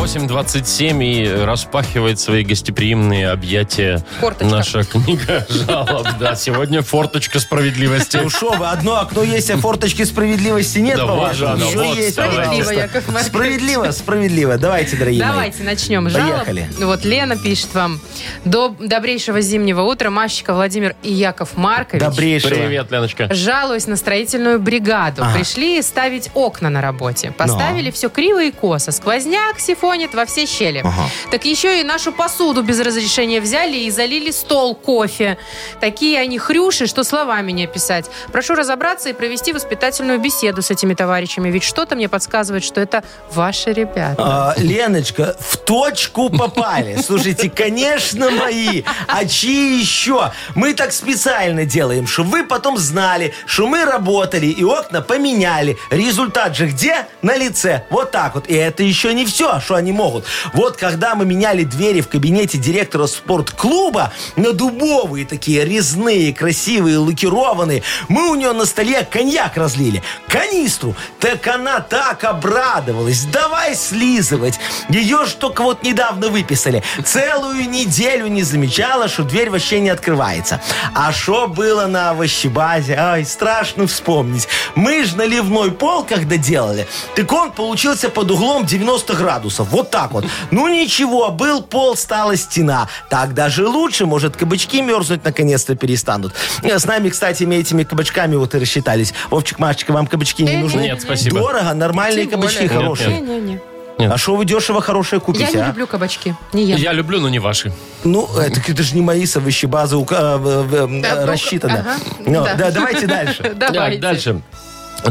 [SPEAKER 2] 8.27 и распахивает свои гостеприимные объятия
[SPEAKER 3] Форточка.
[SPEAKER 2] наша книга жалоб. Да, сегодня форточка справедливости.
[SPEAKER 4] Ну шо вы, одно окно есть, а форточки справедливости нет,
[SPEAKER 2] Да
[SPEAKER 4] по-вашему?
[SPEAKER 2] вот же, да
[SPEAKER 4] Всё
[SPEAKER 2] вот, давайте.
[SPEAKER 4] есть, пожалуйста.
[SPEAKER 3] Справедливо, Яков Маркович.
[SPEAKER 4] Справедливо, справедливо. Давайте, дорогие
[SPEAKER 3] Давайте
[SPEAKER 4] мои.
[SPEAKER 3] начнем
[SPEAKER 4] Поехали.
[SPEAKER 3] жалоб. Вот Лена пишет вам. До добрейшего зимнего утра, Машечка, Владимир и Яков Маркович.
[SPEAKER 4] Добрейшего.
[SPEAKER 2] Привет, Леночка.
[SPEAKER 3] Жалуюсь на строительную бригаду. Пришли ставить окна на работе. Поставили все криво и косо. Сквозняк сифонит во все щели. Так еще и нашу посуду без разрешения взяли и залили стол кофе. Такие они хрюши, что словами не описать. Прошу разобраться и провести воспитательную беседу с этими товарищами. Ведь что-то мне подсказывает, что это ваши ребята.
[SPEAKER 4] А, Леночка, в точку попали. Слушайте, конечно, мои. А чьи еще? Мы так специально делаем, чтобы вы потом знали, что мы работали и окна поменяли. Результат же где? На лице. Вот так вот. И это еще не все. что они могут. Вот когда мы меняли двери в кабинете директора спортклуба на дубовые такие резные, красивые, лакированные, мы у нее на столе коньяк разлили. Канистру. Так она так обрадовалась. Давай слизывать. Ее ж только вот недавно выписали. Целую неделю не замечала, что дверь вообще не открывается. А что было на овощебазе? Ай, страшно вспомнить. Мы же наливной пол, когда делали, так он получился под углом 90 градусов. Вот так вот. Ну ничего, был пол, стала стена. Так даже лучше. Может, кабачки мерзнуть наконец-то перестанут. Э, С нами, кстати, этими кабачками вот и рассчитались. Вовчик, Машечка, вам кабачки не нужны?
[SPEAKER 2] Э, Нет, спасибо.
[SPEAKER 4] Дорого, нормальные
[SPEAKER 3] Тем
[SPEAKER 4] кабачки
[SPEAKER 3] более.
[SPEAKER 4] хорошие.
[SPEAKER 3] Не-не-не.
[SPEAKER 4] А что вы дешево хорошее
[SPEAKER 3] Я
[SPEAKER 4] купите,
[SPEAKER 3] не
[SPEAKER 4] а?
[SPEAKER 3] люблю кабачки. Не ем.
[SPEAKER 2] Я люблю, но не ваши.
[SPEAKER 4] Ну, э, так это же не мои совыщи базы ука- э, э, э,
[SPEAKER 3] Да, ну-ка,
[SPEAKER 4] рассчитаны.
[SPEAKER 3] ага,
[SPEAKER 4] Ну,
[SPEAKER 3] да.
[SPEAKER 4] да, (laughs)
[SPEAKER 3] (laughs)
[SPEAKER 4] давайте дальше.
[SPEAKER 3] Давайте.
[SPEAKER 2] Так, дальше.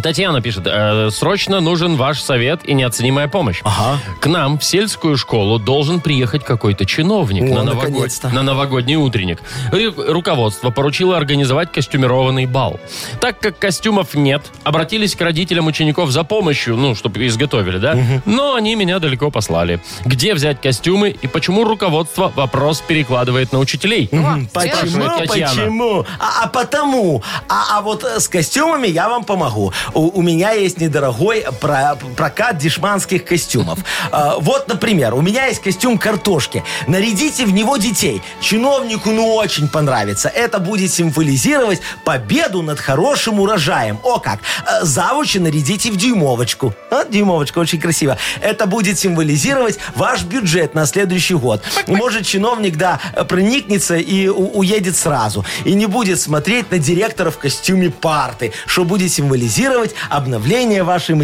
[SPEAKER 2] Татьяна пишет, «Э, срочно нужен ваш совет и неоценимая помощь.
[SPEAKER 4] Ага.
[SPEAKER 2] К нам в сельскую школу должен приехать какой-то чиновник
[SPEAKER 4] О,
[SPEAKER 2] на, новогод-
[SPEAKER 4] наконец-то.
[SPEAKER 2] на новогодний утренник. Рю- Руководство поручило организовать костюмированный бал. Так как костюмов нет, обратились к родителям учеников за помощью, ну, чтобы изготовили, да? Но они меня далеко послали. Где взять костюмы и почему руководство вопрос перекладывает на учителей?
[SPEAKER 4] М,
[SPEAKER 2] спрашивает
[SPEAKER 4] Почему?
[SPEAKER 2] Татьяна.
[SPEAKER 4] Почему? А, а потому. А, а вот э, с костюмами я вам помогу. У, у меня есть недорогой про- прокат дешманских костюмов. Э, Вот, например, у меня есть костюм картошки. Нарядите в него детей. Чиновнику ну очень понравится. Это будет символизировать победу над хорошим урожаем. О как! Э, Завучи нарядите в дюймовочку. А, дюймовочка очень красиво. Это будет символизировать ваш бюджет на следующий год. Может, чиновник, да, проникнется и у- уедет сразу. И не будет смотреть на директора в костюме парты, что будет символизировать обновление вашей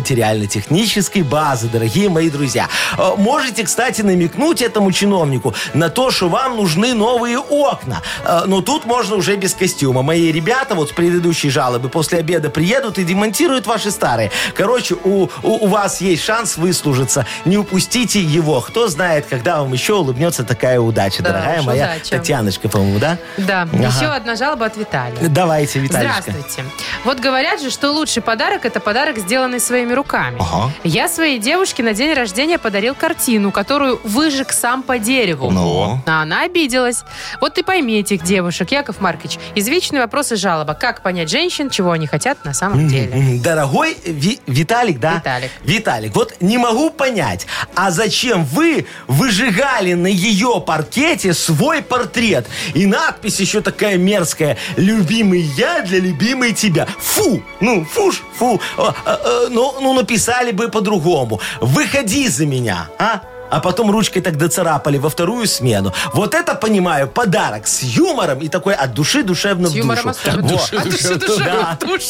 [SPEAKER 4] материально-технической базы, дорогие мои друзья. Э, Можете, кстати, намекнуть этому чиновнику на то, что вам нужны новые окна. Э, Но тут можно уже без костюма. Мои ребята вот с предыдущей жалобы после обеда приедут и демонтируют ваши старые. Короче, у, у, у вас есть шанс выслужиться. Не упустите его. Кто знает, когда вам еще улыбнется такая удача,
[SPEAKER 3] Да
[SPEAKER 4] дорогая
[SPEAKER 3] уж, а
[SPEAKER 4] моя
[SPEAKER 3] удача.
[SPEAKER 4] Татьяночка, по-моему, да?
[SPEAKER 3] Да,
[SPEAKER 4] Ага.
[SPEAKER 3] еще одна жалоба от Виталия.
[SPEAKER 4] Давайте, Виталичка.
[SPEAKER 3] Здравствуйте. Вот говорят же, что лучший подарок это подарок, сделанный своими руками.
[SPEAKER 4] Ага.
[SPEAKER 3] Я своей девушке на день рождения подарил картину, которую выжег сам по дереву.
[SPEAKER 4] Ну.
[SPEAKER 3] А она обиделась. Вот и пойми этих девушек, Яков Маркович. Извечный вопрос и жалоба. Как понять женщин, чего они хотят на самом деле?
[SPEAKER 4] М, Дорогой Ви- Виталик, да?
[SPEAKER 3] Виталик.
[SPEAKER 4] Виталик, вот не могу понять, а зачем вы выжигали на ее паркете свой портрет? И надпись еще такая мерзкая. «Любимый я для любимой тебя». Фу! Ну, фуш, фу. О, э, э, Ну, ну, написали бы по-другому. «Выходи за меня», а? А потом ручкой так доцарапали во вторую смену. Вот это, понимаю, подарок с юмором и такой от души душевно
[SPEAKER 3] С
[SPEAKER 4] в
[SPEAKER 3] юмором
[SPEAKER 4] душу.
[SPEAKER 3] особенно.
[SPEAKER 4] Во.
[SPEAKER 3] А ты что, душа,
[SPEAKER 4] Да.
[SPEAKER 3] душ?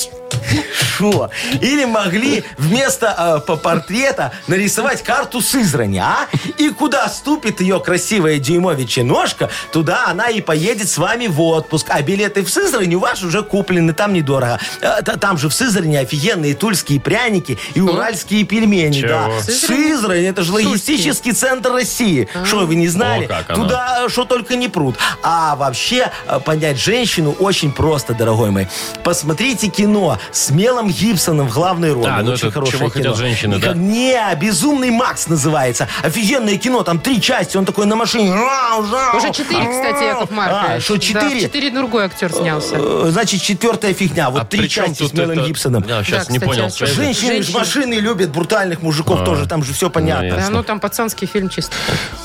[SPEAKER 4] Шо? Или могли вместо э, по- портрета нарисовать карту Сызрани, а? И куда ступит ее красивая дюймовичья ножка, туда она и поедет с вами в отпуск. А билеты в Сызрань у вас уже куплены, там недорого. Э, та- Там же в Сызране офигенные тульские пряники и уральские пельмени,
[SPEAKER 2] Чего?
[SPEAKER 4] да.
[SPEAKER 3] Сызрань?
[SPEAKER 4] Сызрань, это же логистический центр России. Что, вы не знали?
[SPEAKER 2] О, как она.
[SPEAKER 4] Туда а, что только не прут. А вообще а, понять женщину очень просто, дорогой мой. Посмотрите кино с Мелом Гибсоном в главной роли.
[SPEAKER 2] Да, ну
[SPEAKER 4] очень
[SPEAKER 2] это
[SPEAKER 4] хорошее
[SPEAKER 2] «Чего
[SPEAKER 4] кино.
[SPEAKER 2] хотят женщины»,
[SPEAKER 4] Никак-
[SPEAKER 2] да?
[SPEAKER 4] Не, «Безумный Макс» называется. Офигенное кино, там три части, он такой на машине. Рау, рау.
[SPEAKER 3] Уже четыре, кстати, Яков Маркович.
[SPEAKER 4] А, что,
[SPEAKER 3] Да, в
[SPEAKER 4] четыре?
[SPEAKER 3] четыре другой актер снялся.
[SPEAKER 4] Э, Значит, четвертая фигня. Вот
[SPEAKER 2] А
[SPEAKER 4] три
[SPEAKER 2] при чем
[SPEAKER 4] части с
[SPEAKER 2] тут
[SPEAKER 4] Мелом
[SPEAKER 2] это-
[SPEAKER 4] Гибсоном.
[SPEAKER 2] Да, сейчас
[SPEAKER 3] Да,
[SPEAKER 2] не
[SPEAKER 3] кстати,
[SPEAKER 2] понял.
[SPEAKER 3] а что
[SPEAKER 2] связи.
[SPEAKER 3] же-
[SPEAKER 4] Женщины
[SPEAKER 3] Женщины.
[SPEAKER 4] же машины любят, брутальных мужиков тоже, там же все понятно.
[SPEAKER 3] Да,
[SPEAKER 2] А. ясно.
[SPEAKER 3] ну там пацанский фильм чисто.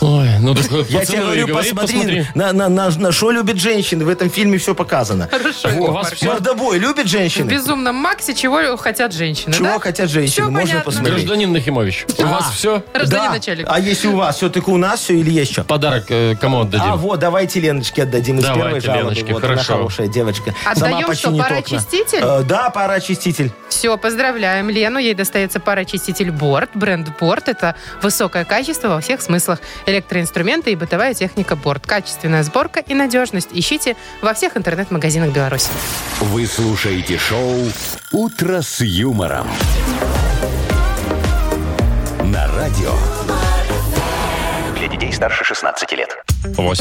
[SPEAKER 2] Ой, ну так,
[SPEAKER 4] Я
[SPEAKER 2] пацаны,
[SPEAKER 4] тебе говорю,
[SPEAKER 2] говорит,
[SPEAKER 4] посмотри, на, на, на, на что любят женщины. В этом фильме все показано.
[SPEAKER 3] Хорошо.
[SPEAKER 2] Так, у
[SPEAKER 3] Яков
[SPEAKER 2] вас
[SPEAKER 3] Маркович.
[SPEAKER 2] всё?
[SPEAKER 4] Мордобой любит
[SPEAKER 3] В
[SPEAKER 4] женщины?
[SPEAKER 3] безумном Максе чего хотят женщины,
[SPEAKER 4] Чего
[SPEAKER 3] да?
[SPEAKER 4] хотят женщины?
[SPEAKER 3] Всё
[SPEAKER 4] Можно
[SPEAKER 3] понятно.
[SPEAKER 4] посмотреть?
[SPEAKER 2] Гражданин Нахимович, у вас все?
[SPEAKER 3] Гражданин начальник.
[SPEAKER 4] А если у вас все-таки у нас все или есть что?
[SPEAKER 2] Подарок э, кому отдадим?
[SPEAKER 4] А вот, давайте Леночке отдадим из
[SPEAKER 2] Давайте
[SPEAKER 4] первой жалобы.
[SPEAKER 2] Леночке,
[SPEAKER 4] вот, она
[SPEAKER 2] хорошо.
[SPEAKER 4] хорошая девочка.
[SPEAKER 3] Отдаем что,
[SPEAKER 4] починит окна.
[SPEAKER 3] пароочиститель?
[SPEAKER 4] Э, да, пароочиститель.
[SPEAKER 3] Все, поздравляем Лену. Ей достается парочиститель Борт. Бренд Борт – это высокое качество во всех смыслах. Электроинструменты и бытовая техника Борт. Качественная сборка и надежность. Ищите во всех интернет-магазинах Беларуси.
[SPEAKER 1] Вы слушаете шоу «Утро с юмором». На радио
[SPEAKER 6] Для детей старше 16 лет.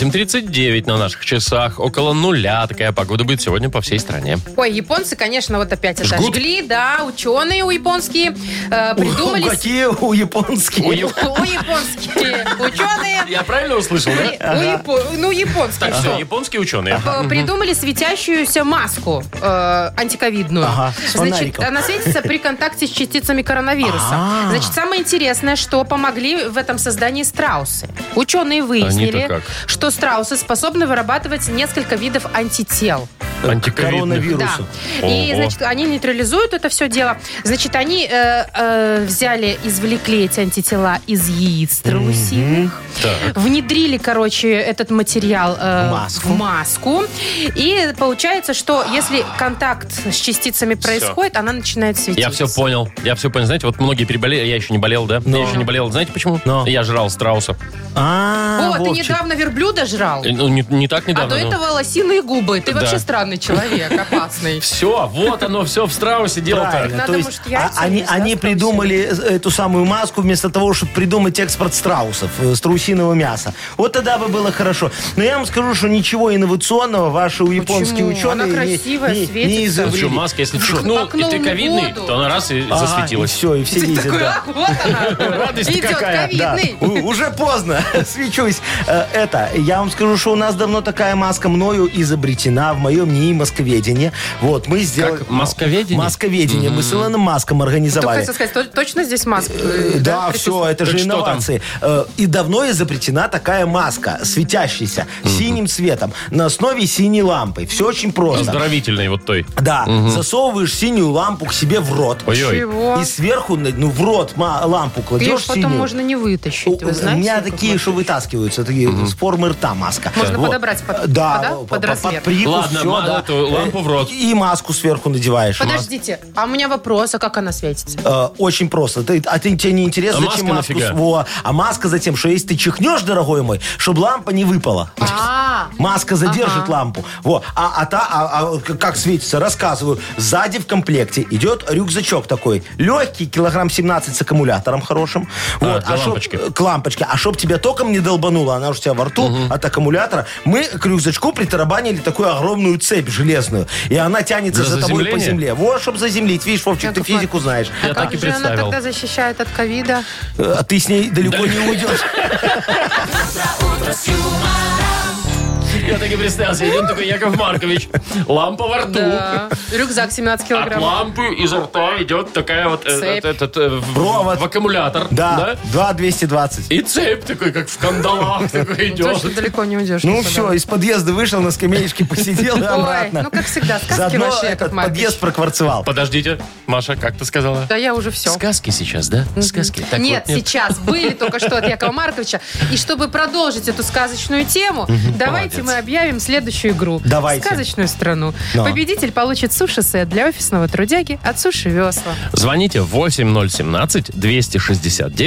[SPEAKER 2] 8.39 на наших часах. Около нуля такая погода будет сегодня по всей стране.
[SPEAKER 3] Ой, японцы, конечно, вот опять это
[SPEAKER 2] Жгут.
[SPEAKER 3] жгли, да, ученые у японские э, придумали...
[SPEAKER 4] У- (laughs) Какие у
[SPEAKER 2] У
[SPEAKER 4] японских?
[SPEAKER 2] яп-
[SPEAKER 3] (laughs) У японские ученые...
[SPEAKER 2] Я правильно услышал,
[SPEAKER 3] у
[SPEAKER 2] да?
[SPEAKER 3] япо- Ну, японские,
[SPEAKER 2] Так, все,
[SPEAKER 3] что?
[SPEAKER 2] японские ученые.
[SPEAKER 3] Э, Придумали светящуюся маску э, антиковидную.
[SPEAKER 4] Ага, с
[SPEAKER 3] Значит,
[SPEAKER 4] фонариком.
[SPEAKER 3] она светится при контакте с частицами коронавируса.
[SPEAKER 4] А.
[SPEAKER 3] Значит, самое интересное, что помогли в этом создании страусы. Ученые
[SPEAKER 2] как?
[SPEAKER 3] выяснили, что страусы способны вырабатывать несколько видов антител.
[SPEAKER 2] Антиковидных.
[SPEAKER 4] Коронавирусу.
[SPEAKER 3] Да. И,
[SPEAKER 2] Ого.
[SPEAKER 3] значит, они нейтрализуют это все дело. Значит, они э, э, взяли, извлекли эти антитела из яиц трусиных,
[SPEAKER 2] Так.
[SPEAKER 3] внедрили, короче, этот материал э,
[SPEAKER 4] В маску.
[SPEAKER 3] в маску. И получается, что если контакт с частицами происходит, она начинает светиться.
[SPEAKER 2] Я все понял. Я все понял. Знаете, вот многие переболели, я еще не болел, да?
[SPEAKER 4] Но.
[SPEAKER 2] Я еще не болел. Знаете почему?
[SPEAKER 4] Но.
[SPEAKER 2] Я жрал страуса.
[SPEAKER 4] А,
[SPEAKER 3] О, ты
[SPEAKER 4] Вовчик.
[SPEAKER 3] недавно верблюда жрал?
[SPEAKER 2] Э, Ну, не, не так
[SPEAKER 3] А
[SPEAKER 2] недавно.
[SPEAKER 3] до этого лосиные губы. Ты
[SPEAKER 2] Да.
[SPEAKER 3] вообще странный
[SPEAKER 2] (laughs)
[SPEAKER 3] человек, опасный.
[SPEAKER 2] Все, вот оно, все в страусе дело-то.
[SPEAKER 4] Правильно.
[SPEAKER 3] Надо,
[SPEAKER 4] То есть
[SPEAKER 3] может, яйца
[SPEAKER 4] а- они,
[SPEAKER 3] есть, да,
[SPEAKER 4] они
[SPEAKER 3] страусиные?
[SPEAKER 4] придумали эту самую маску вместо того, чтобы придумать экспорт страусов, э, страусиного мяса. Вот тогда бы было хорошо. Но я вам скажу, что ничего инновационного ваши японские
[SPEAKER 3] Она
[SPEAKER 4] ученые не-
[SPEAKER 3] красивая,
[SPEAKER 4] не, не
[SPEAKER 3] светится.
[SPEAKER 4] изобрели.
[SPEAKER 2] Что, маска, если
[SPEAKER 3] Вдруг
[SPEAKER 2] чихнул, и
[SPEAKER 3] макнул
[SPEAKER 2] ты
[SPEAKER 3] в
[SPEAKER 2] ковидный,
[SPEAKER 3] воду.
[SPEAKER 2] то она раз и
[SPEAKER 4] Ага,
[SPEAKER 2] засветилась.
[SPEAKER 4] А, И все, и все
[SPEAKER 3] Ты
[SPEAKER 4] лезет,
[SPEAKER 3] такой,
[SPEAKER 4] да.
[SPEAKER 3] «А,
[SPEAKER 2] (laughs)
[SPEAKER 3] вот она.
[SPEAKER 2] Радость
[SPEAKER 3] Идет
[SPEAKER 2] какая,
[SPEAKER 4] Да,
[SPEAKER 3] ковидный.
[SPEAKER 4] у- уже поздно, (laughs) свечусь. Э, Это, я вам скажу, что у нас давно такая маска мною изобретена в моем НИИ Московедении. Вот, мы сделали...
[SPEAKER 2] московедение?
[SPEAKER 4] Московедение. Мы с Илоном Маском
[SPEAKER 3] Ну, Только
[SPEAKER 4] организовали.
[SPEAKER 3] хотел сказать, то- точно здесь маска?
[SPEAKER 4] Э, Да, все, это
[SPEAKER 2] Так
[SPEAKER 4] же
[SPEAKER 2] что там?
[SPEAKER 4] инновации. Э, И давно изобретена такая маска, светящаяся синим цветом, на основе синей лампы. Все очень просто.
[SPEAKER 2] Оздоровительной вот той.
[SPEAKER 4] Да, засовываешь синюю лампу к себе в рот.
[SPEAKER 2] Ой-ой.
[SPEAKER 3] Чего?
[SPEAKER 4] И сверху, на- ну, в рот ма- лампу
[SPEAKER 3] Ее
[SPEAKER 4] кладешь
[SPEAKER 3] потом
[SPEAKER 4] синюю.
[SPEAKER 3] можно не
[SPEAKER 4] У
[SPEAKER 3] вытащить, вы
[SPEAKER 4] у
[SPEAKER 3] знаете?
[SPEAKER 4] меня
[SPEAKER 3] Яков
[SPEAKER 4] такие,
[SPEAKER 3] Маркович?
[SPEAKER 4] что вытаскиваются, такие с формы рта маска.
[SPEAKER 3] Можно
[SPEAKER 4] Вот.
[SPEAKER 3] подобрать под-
[SPEAKER 4] да,
[SPEAKER 3] под- да,
[SPEAKER 4] по-
[SPEAKER 3] под
[SPEAKER 4] по-
[SPEAKER 3] размер.
[SPEAKER 4] прикус,
[SPEAKER 2] Ладно,
[SPEAKER 4] всё,
[SPEAKER 2] ма-
[SPEAKER 4] да.
[SPEAKER 2] эту лампу в рот.
[SPEAKER 4] И маску сверху надеваешь.
[SPEAKER 3] Подождите, а у меня вопрос, а как она светится?
[SPEAKER 4] (laughs) Э, очень просто. Ты, а ты, тебе не интересно,
[SPEAKER 2] А
[SPEAKER 4] зачем
[SPEAKER 2] маска
[SPEAKER 4] маску?
[SPEAKER 2] нафига?
[SPEAKER 4] с- Во. А маска за тем, что если ты чихнешь, дорогой мой, чтобы лампа не выпала.
[SPEAKER 3] А,
[SPEAKER 4] Маска задержит
[SPEAKER 3] Ага.
[SPEAKER 4] лампу. Во. А, а та, а- а к- как светится, рассказываю. Сзади в комплекте идет рюкзачок такой. Легкий, килограмм 17 с аккумулятором хорошим.
[SPEAKER 2] А,
[SPEAKER 4] Вот.
[SPEAKER 2] для
[SPEAKER 4] чтоб-
[SPEAKER 2] лампочки.
[SPEAKER 4] э, к лампочке. А чтоб тебя током не долбануло, она же у тебя во рту от аккумулятора, мы к рюкзачку притарабанили такую огромную цепь железную. И она тянется
[SPEAKER 2] Для
[SPEAKER 4] за тобой по
[SPEAKER 2] заземления?
[SPEAKER 4] земле. Вот, чтобы заземлить. Видишь, Вовчик, ты
[SPEAKER 3] Яков Маркович,
[SPEAKER 4] физику знаешь.
[SPEAKER 2] Я
[SPEAKER 3] а как
[SPEAKER 2] так и
[SPEAKER 3] же она
[SPEAKER 2] представил.
[SPEAKER 3] тогда защищает от ковида?
[SPEAKER 4] Э, А ты с ней далеко не уйдешь.
[SPEAKER 2] Я так и представил себе. Идем такой Яков Маркович. Лампа во рту.
[SPEAKER 3] Да. Рюкзак 17
[SPEAKER 2] От
[SPEAKER 3] килограмм.
[SPEAKER 2] лампы изо рта идет такая вот э,
[SPEAKER 3] Цепь.
[SPEAKER 2] этот, э, в,
[SPEAKER 4] Провод.
[SPEAKER 2] в аккумулятор.
[SPEAKER 4] Да, 2220.
[SPEAKER 2] И цепь такой, как в (laughs) кандалах такой
[SPEAKER 3] Точно
[SPEAKER 2] идет.
[SPEAKER 3] далеко не уйдешь.
[SPEAKER 4] Ну
[SPEAKER 3] никуда.
[SPEAKER 4] все, из подъезда вышел, на скамеечке посидел и
[SPEAKER 3] Ой,
[SPEAKER 4] обратно.
[SPEAKER 3] ну как всегда, сказки
[SPEAKER 4] Заодно
[SPEAKER 3] ваши, Яков
[SPEAKER 4] этот
[SPEAKER 3] Маркович.
[SPEAKER 4] подъезд прокварцевал.
[SPEAKER 2] Подождите, Маша, как ты сказала?
[SPEAKER 3] Да я уже все.
[SPEAKER 2] Сказки сейчас, да? Сказки. Так
[SPEAKER 3] нет,
[SPEAKER 2] вот, нет.
[SPEAKER 3] сейчас были только что от Якова Марковича. И чтобы продолжить эту сказочную тему, давайте
[SPEAKER 2] Молодец.
[SPEAKER 3] мы объявим следующую игру.
[SPEAKER 4] Давайте.
[SPEAKER 3] Сказочную страну.
[SPEAKER 4] Но.
[SPEAKER 3] Победитель получит суши-сет для офисного трудяги от Суши Весла.
[SPEAKER 2] Звоните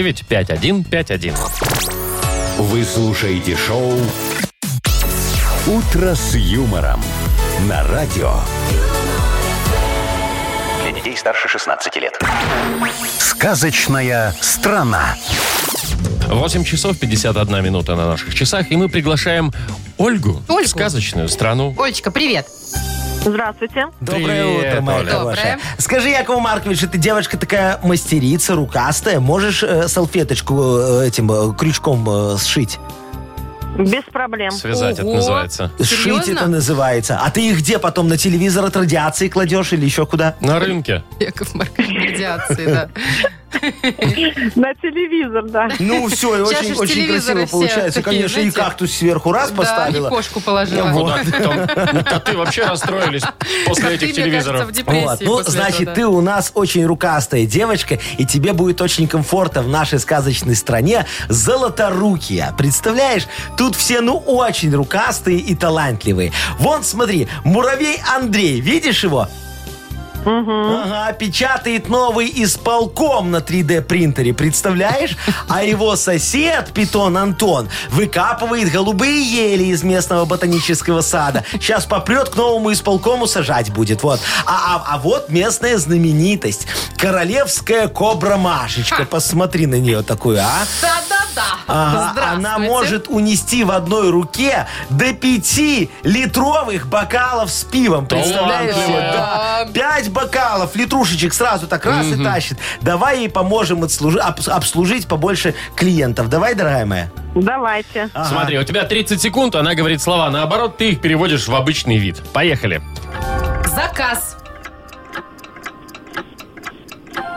[SPEAKER 2] 8017-269-5151.
[SPEAKER 1] Вы слушаете шоу «Утро с юмором» на радио.
[SPEAKER 6] Для детей старше 16 лет.
[SPEAKER 1] Сказочная страна.
[SPEAKER 2] 8 часов 51 минута на наших часах, и мы приглашаем Ольгу,
[SPEAKER 3] Ольгу.
[SPEAKER 2] в сказочную страну.
[SPEAKER 3] Олечка, привет.
[SPEAKER 7] Здравствуйте.
[SPEAKER 4] Доброе
[SPEAKER 2] Привет,
[SPEAKER 4] утро, моя
[SPEAKER 2] Оля.
[SPEAKER 4] хорошая.
[SPEAKER 3] Доброе.
[SPEAKER 4] Скажи, Якову Марковичу, ты девочка такая мастерица, рукастая. Можешь э, салфеточку э, этим э, крючком э, сшить?
[SPEAKER 7] Без проблем.
[SPEAKER 2] Связать это
[SPEAKER 3] Ого.
[SPEAKER 2] называется.
[SPEAKER 4] Сшить это
[SPEAKER 3] Серьезно?
[SPEAKER 4] называется. А ты их где потом на телевизор от радиации кладешь или еще куда?
[SPEAKER 2] На рынке.
[SPEAKER 3] Яков Маркович, радиации, да.
[SPEAKER 7] На телевизор, да.
[SPEAKER 4] Ну все, и
[SPEAKER 3] Сейчас
[SPEAKER 4] очень,
[SPEAKER 3] же
[SPEAKER 4] очень
[SPEAKER 3] телевизоры
[SPEAKER 4] красиво
[SPEAKER 3] все
[SPEAKER 4] получается.
[SPEAKER 3] такие,
[SPEAKER 4] Конечно, и
[SPEAKER 3] знаете,
[SPEAKER 4] кактус сверху раз
[SPEAKER 3] Да, и
[SPEAKER 4] поставила.
[SPEAKER 3] кошку положила. А
[SPEAKER 4] Ну
[SPEAKER 2] Куда ты там? Коты вообще
[SPEAKER 3] (laughs)
[SPEAKER 2] расстроились после
[SPEAKER 3] Коты,
[SPEAKER 2] этих
[SPEAKER 3] мне
[SPEAKER 2] телевизоров.
[SPEAKER 3] кажется, в депрессии
[SPEAKER 4] Вот, Ну,
[SPEAKER 3] после
[SPEAKER 4] значит,
[SPEAKER 3] этого, да.
[SPEAKER 4] ты у нас очень рукастая девочка, и тебе будет очень комфортно в нашей сказочной стране Золоторукия. Представляешь, тут все, ну, очень рукастые и талантливые. Вон, смотри, муравей Андрей, видишь его? Ага, печатает новый исполком на 3D-принтере, представляешь? А его сосед, питон Антон, выкапывает голубые ели из местного ботанического сада. Сейчас попрет к новому исполкому сажать будет, вот. А, а, а вот местная знаменитость. Королевская кобра Машечка. Посмотри на нее такую, а?
[SPEAKER 3] Да-да-да! красота.
[SPEAKER 4] Ага, она
[SPEAKER 3] Здравствуйте.
[SPEAKER 4] может унести в одной руке до 5 литровых бокалов с пивом. Представляешь?
[SPEAKER 2] Талантливая.
[SPEAKER 4] себе? Да. Пять бокалов, литрушечек сразу так раз и тащит. Давай ей поможем отслужи- обс- обслужить побольше клиентов. Давай, дорогая моя.
[SPEAKER 7] Давайте.
[SPEAKER 4] Ага.
[SPEAKER 2] Смотри, у тебя 30 секунд, она говорит слова. Наоборот, ты их переводишь в обычный вид. Поехали.
[SPEAKER 3] Заказ.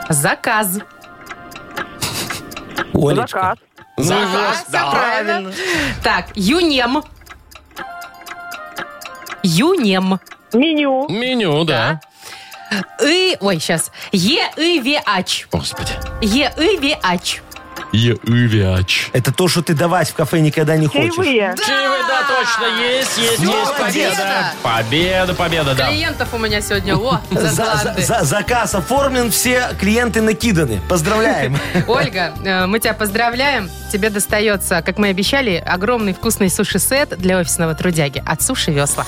[SPEAKER 3] Заказ.
[SPEAKER 4] Олечка.
[SPEAKER 7] Заказ.
[SPEAKER 2] Заказ.
[SPEAKER 3] Все правильно. Так, юнем. Юнем.
[SPEAKER 7] Меню.
[SPEAKER 2] Меню, да.
[SPEAKER 3] И, ой, сейчас. Еывиач.
[SPEAKER 2] Господи.
[SPEAKER 3] Еывиач.
[SPEAKER 2] Еывиач.
[SPEAKER 4] Это то, что ты давать в кафе никогда не хочешь.
[SPEAKER 7] Чаевые.
[SPEAKER 2] Чаевые, да, точно, есть, есть,
[SPEAKER 3] Всё,
[SPEAKER 2] есть.
[SPEAKER 3] победа.
[SPEAKER 2] Победа, победа, да.
[SPEAKER 3] Клиентов у меня сегодня, (laughs) о,
[SPEAKER 4] За- за-
[SPEAKER 3] заклады.
[SPEAKER 4] за- заказ оформлен, все клиенты накиданы. Поздравляем.
[SPEAKER 3] Ольга, э, мы тебя поздравляем. Тебе достается, как мы и обещали, огромный вкусный суши-сет для офисного трудяги от Суши Весла.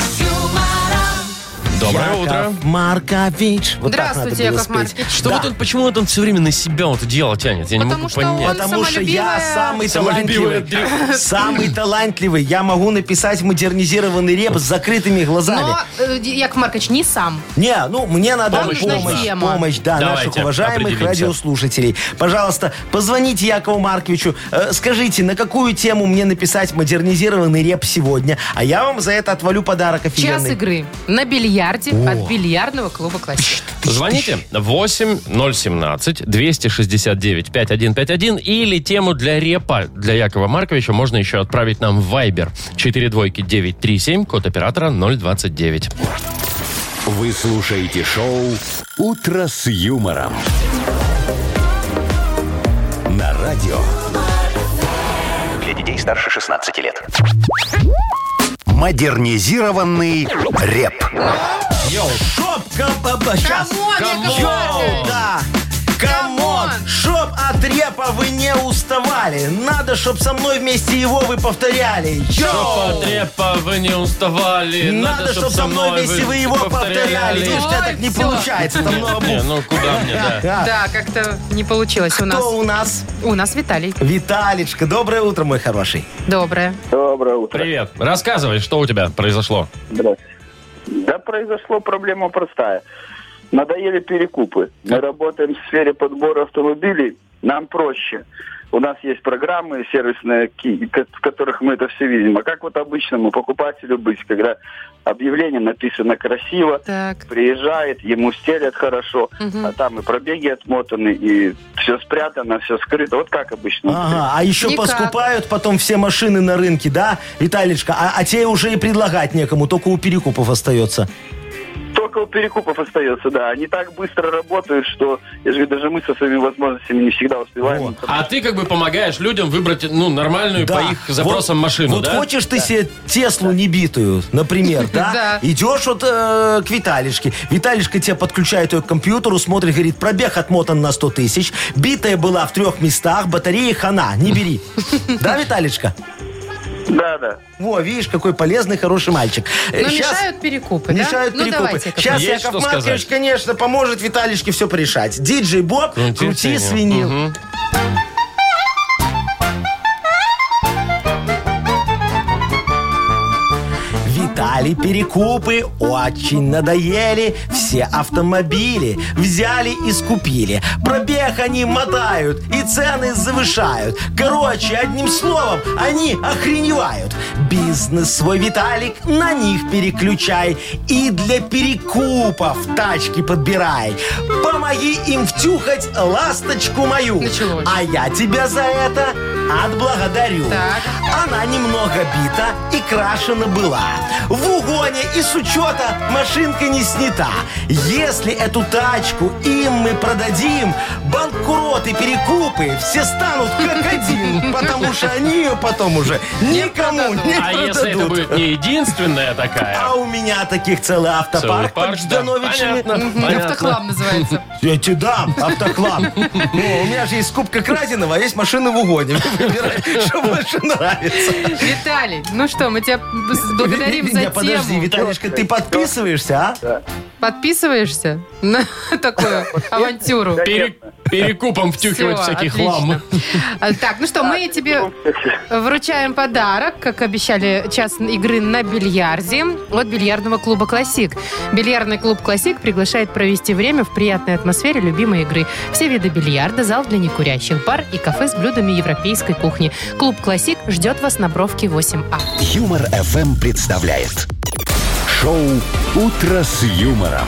[SPEAKER 2] Доброе
[SPEAKER 4] Яков
[SPEAKER 2] утро.
[SPEAKER 4] Маркович. Вот так
[SPEAKER 3] Здравствуйте,
[SPEAKER 4] надо было
[SPEAKER 3] Яков
[SPEAKER 4] спеть.
[SPEAKER 3] Маркович.
[SPEAKER 2] Что
[SPEAKER 4] Да.
[SPEAKER 2] вот он, почему вот он все время на себя вот это дело тянет? Я не
[SPEAKER 3] Потому
[SPEAKER 2] могу
[SPEAKER 3] что
[SPEAKER 2] понять.
[SPEAKER 3] он-
[SPEAKER 4] Потому что я
[SPEAKER 3] самолюбивая-
[SPEAKER 4] самый
[SPEAKER 2] Самолюбивая
[SPEAKER 4] талантливый. Самый талантливый. Я могу написать модернизированный реп с закрытыми глазами.
[SPEAKER 3] Но, э, Яков Маркович, не сам.
[SPEAKER 4] Не, ну, мне надо
[SPEAKER 2] Помощь
[SPEAKER 4] помощь.
[SPEAKER 2] нужна.
[SPEAKER 4] Помощь,
[SPEAKER 3] Тема.
[SPEAKER 4] да,
[SPEAKER 2] Давайте
[SPEAKER 4] наших уважаемых
[SPEAKER 2] определимся.
[SPEAKER 4] радиослушателей. Пожалуйста, позвоните Якову Марковичу. э, скажите, на какую тему мне написать модернизированный реп сегодня? А я вам за это отвалю подарок
[SPEAKER 3] Час
[SPEAKER 4] офигенный.
[SPEAKER 3] игры на бильярде от бильярдного клуба «Классик».
[SPEAKER 2] Звоните 8017-269-5151 или тему для репа для Якова Марковича можно еще отправить нам в Viber 42937, код оператора 029.
[SPEAKER 1] Вы слушаете шоу «Утро с юмором». На радио
[SPEAKER 6] Для детей старше 16 лет.
[SPEAKER 1] «Модернизированный реп».
[SPEAKER 2] Йоу,
[SPEAKER 4] Шоп, э, сейчас.
[SPEAKER 3] Камон, Яков Маркович!
[SPEAKER 4] Да. Камон, чтоб от репа вы не уставали. Надо, чтоб со мной вместе его вы повторяли. Йоу!
[SPEAKER 2] От репа вы не уставали.
[SPEAKER 4] Надо, чтоб со мной вместе вы его повторяли. Видишь, у тебя
[SPEAKER 3] Ой,
[SPEAKER 4] так не
[SPEAKER 3] всё.
[SPEAKER 4] получается. Там много
[SPEAKER 2] Не,
[SPEAKER 4] букв.
[SPEAKER 2] ну куда мне, да.
[SPEAKER 4] Да.
[SPEAKER 3] Да, как-то не получилось у нас.
[SPEAKER 4] Кто у нас?
[SPEAKER 3] У нас Виталий.
[SPEAKER 4] Виталичка, доброе утро, мой хороший.
[SPEAKER 3] Доброе.
[SPEAKER 5] Доброе утро.
[SPEAKER 2] Привет. Рассказывай, что у тебя произошло.
[SPEAKER 5] Здравствуйте. Да произошло проблема простая. Надоели перекупы. Мы работаем в сфере подбора автомобилей. Нам проще. У нас есть программы сервисные, ки- ко- в которых мы это все видим. А как вот обычному покупателю быть, когда объявление написано красиво,
[SPEAKER 3] Так.
[SPEAKER 5] приезжает, ему стелят хорошо,
[SPEAKER 3] Мгм.
[SPEAKER 5] а там и пробеги отмотаны, и все спрятано, все скрыто. Вот как обычно.
[SPEAKER 4] Ага, а еще
[SPEAKER 3] Никак.
[SPEAKER 4] поскупают потом все машины на рынке, да, Виталичка? А, а тебе уже и предлагать некому, только у перекупов остается.
[SPEAKER 5] Только у перекупов остается, да. Они так быстро работают, что я же говорю, даже мы со своими возможностями не всегда успеваем.
[SPEAKER 4] Вот.
[SPEAKER 2] А ты как бы помогаешь людям выбрать, ну, нормальную
[SPEAKER 4] Да.
[SPEAKER 2] по их запросам
[SPEAKER 4] Вот-
[SPEAKER 2] машину,
[SPEAKER 4] Вот
[SPEAKER 2] да?
[SPEAKER 4] хочешь ты себе Теслу небитую,
[SPEAKER 3] (laughs)
[SPEAKER 4] например,
[SPEAKER 3] Да.
[SPEAKER 4] да? Идешь вот э, к Виталишке. Виталишка тебя подключает ее к компьютеру, смотрит, говорит, пробег отмотан на 100 тысяч, битая была в трех местах, батареи хана, не
[SPEAKER 3] (laughs)
[SPEAKER 4] бери. Да, Виталишка?
[SPEAKER 5] Да, да.
[SPEAKER 4] Во, видишь, какой полезный, хороший мальчик. Э,
[SPEAKER 3] Но
[SPEAKER 4] щас-
[SPEAKER 3] мешают перекупы, да?
[SPEAKER 4] Мешают
[SPEAKER 3] Ну,
[SPEAKER 4] перекупы.
[SPEAKER 3] давайте, Яков
[SPEAKER 4] Сейчас
[SPEAKER 2] Маркович. Есть что
[SPEAKER 4] Яков Маркович,
[SPEAKER 2] сказать?
[SPEAKER 4] конечно, поможет Виталишке все порешать. Диджей Боб, крути, свинил.
[SPEAKER 2] Мгм.
[SPEAKER 4] Виталий перекупы очень надоели. Все автомобили взяли и скупили. Пробег они мотают и цены завышают. Короче, одним словом, они охреневают. Бизнес свой, Виталик, на них переключай. И для перекупов тачки подбирай. Помоги им втюхать ласточку мою.
[SPEAKER 3] Началось.
[SPEAKER 4] А я тебя за это отблагодарю.
[SPEAKER 3] Так.
[SPEAKER 4] Она немного бита и крашена была. В угоне и с учета машинка не снята. Если эту тачку им мы продадим, банкроты, перекупы все станут как один, потому что они ее потом уже никому не
[SPEAKER 2] А если это
[SPEAKER 4] продадут.
[SPEAKER 2] будет не единственная такая?
[SPEAKER 4] А у меня таких целый
[SPEAKER 2] Целый парк,
[SPEAKER 4] автопарк под
[SPEAKER 2] да.
[SPEAKER 4] Ждановичами.
[SPEAKER 2] Понятно,
[SPEAKER 3] Маркович.
[SPEAKER 2] понятно.
[SPEAKER 3] Автоклаб называется.
[SPEAKER 4] Я тебе дам автоклав.
[SPEAKER 3] (laughs)
[SPEAKER 4] Ну, у меня же есть скупка краденого, а есть машины в угоне. (laughs) Выбирай, что больше нравится.
[SPEAKER 3] Виталий, ну что, мы тебя б- благодарим
[SPEAKER 4] Не,
[SPEAKER 3] за
[SPEAKER 4] подожди,
[SPEAKER 3] тему.
[SPEAKER 4] Виталишка, ты подписываешься, а?
[SPEAKER 3] Подписываешься на (laughs)
[SPEAKER 4] (laughs)
[SPEAKER 3] такую авантюру?
[SPEAKER 2] Пере- перекупом втюхивать
[SPEAKER 3] Всё,
[SPEAKER 2] всякий
[SPEAKER 3] отлично.
[SPEAKER 2] хлам.
[SPEAKER 3] А, Так, ну что, мы тебе вручаем подарок, как обещали, час игры на бильярде от бильярдного клуба «Классик». Бильярдный клуб «Классик» приглашает провести время в приятной атмосфере любимой игры. Все виды бильярда, зал для некурящих, бар и кафе с блюдами европейской кухни. Клуб «Классик» ждет вас на Бровке А. 8А.
[SPEAKER 1] Юмор FM представляет шоу Утро с юмором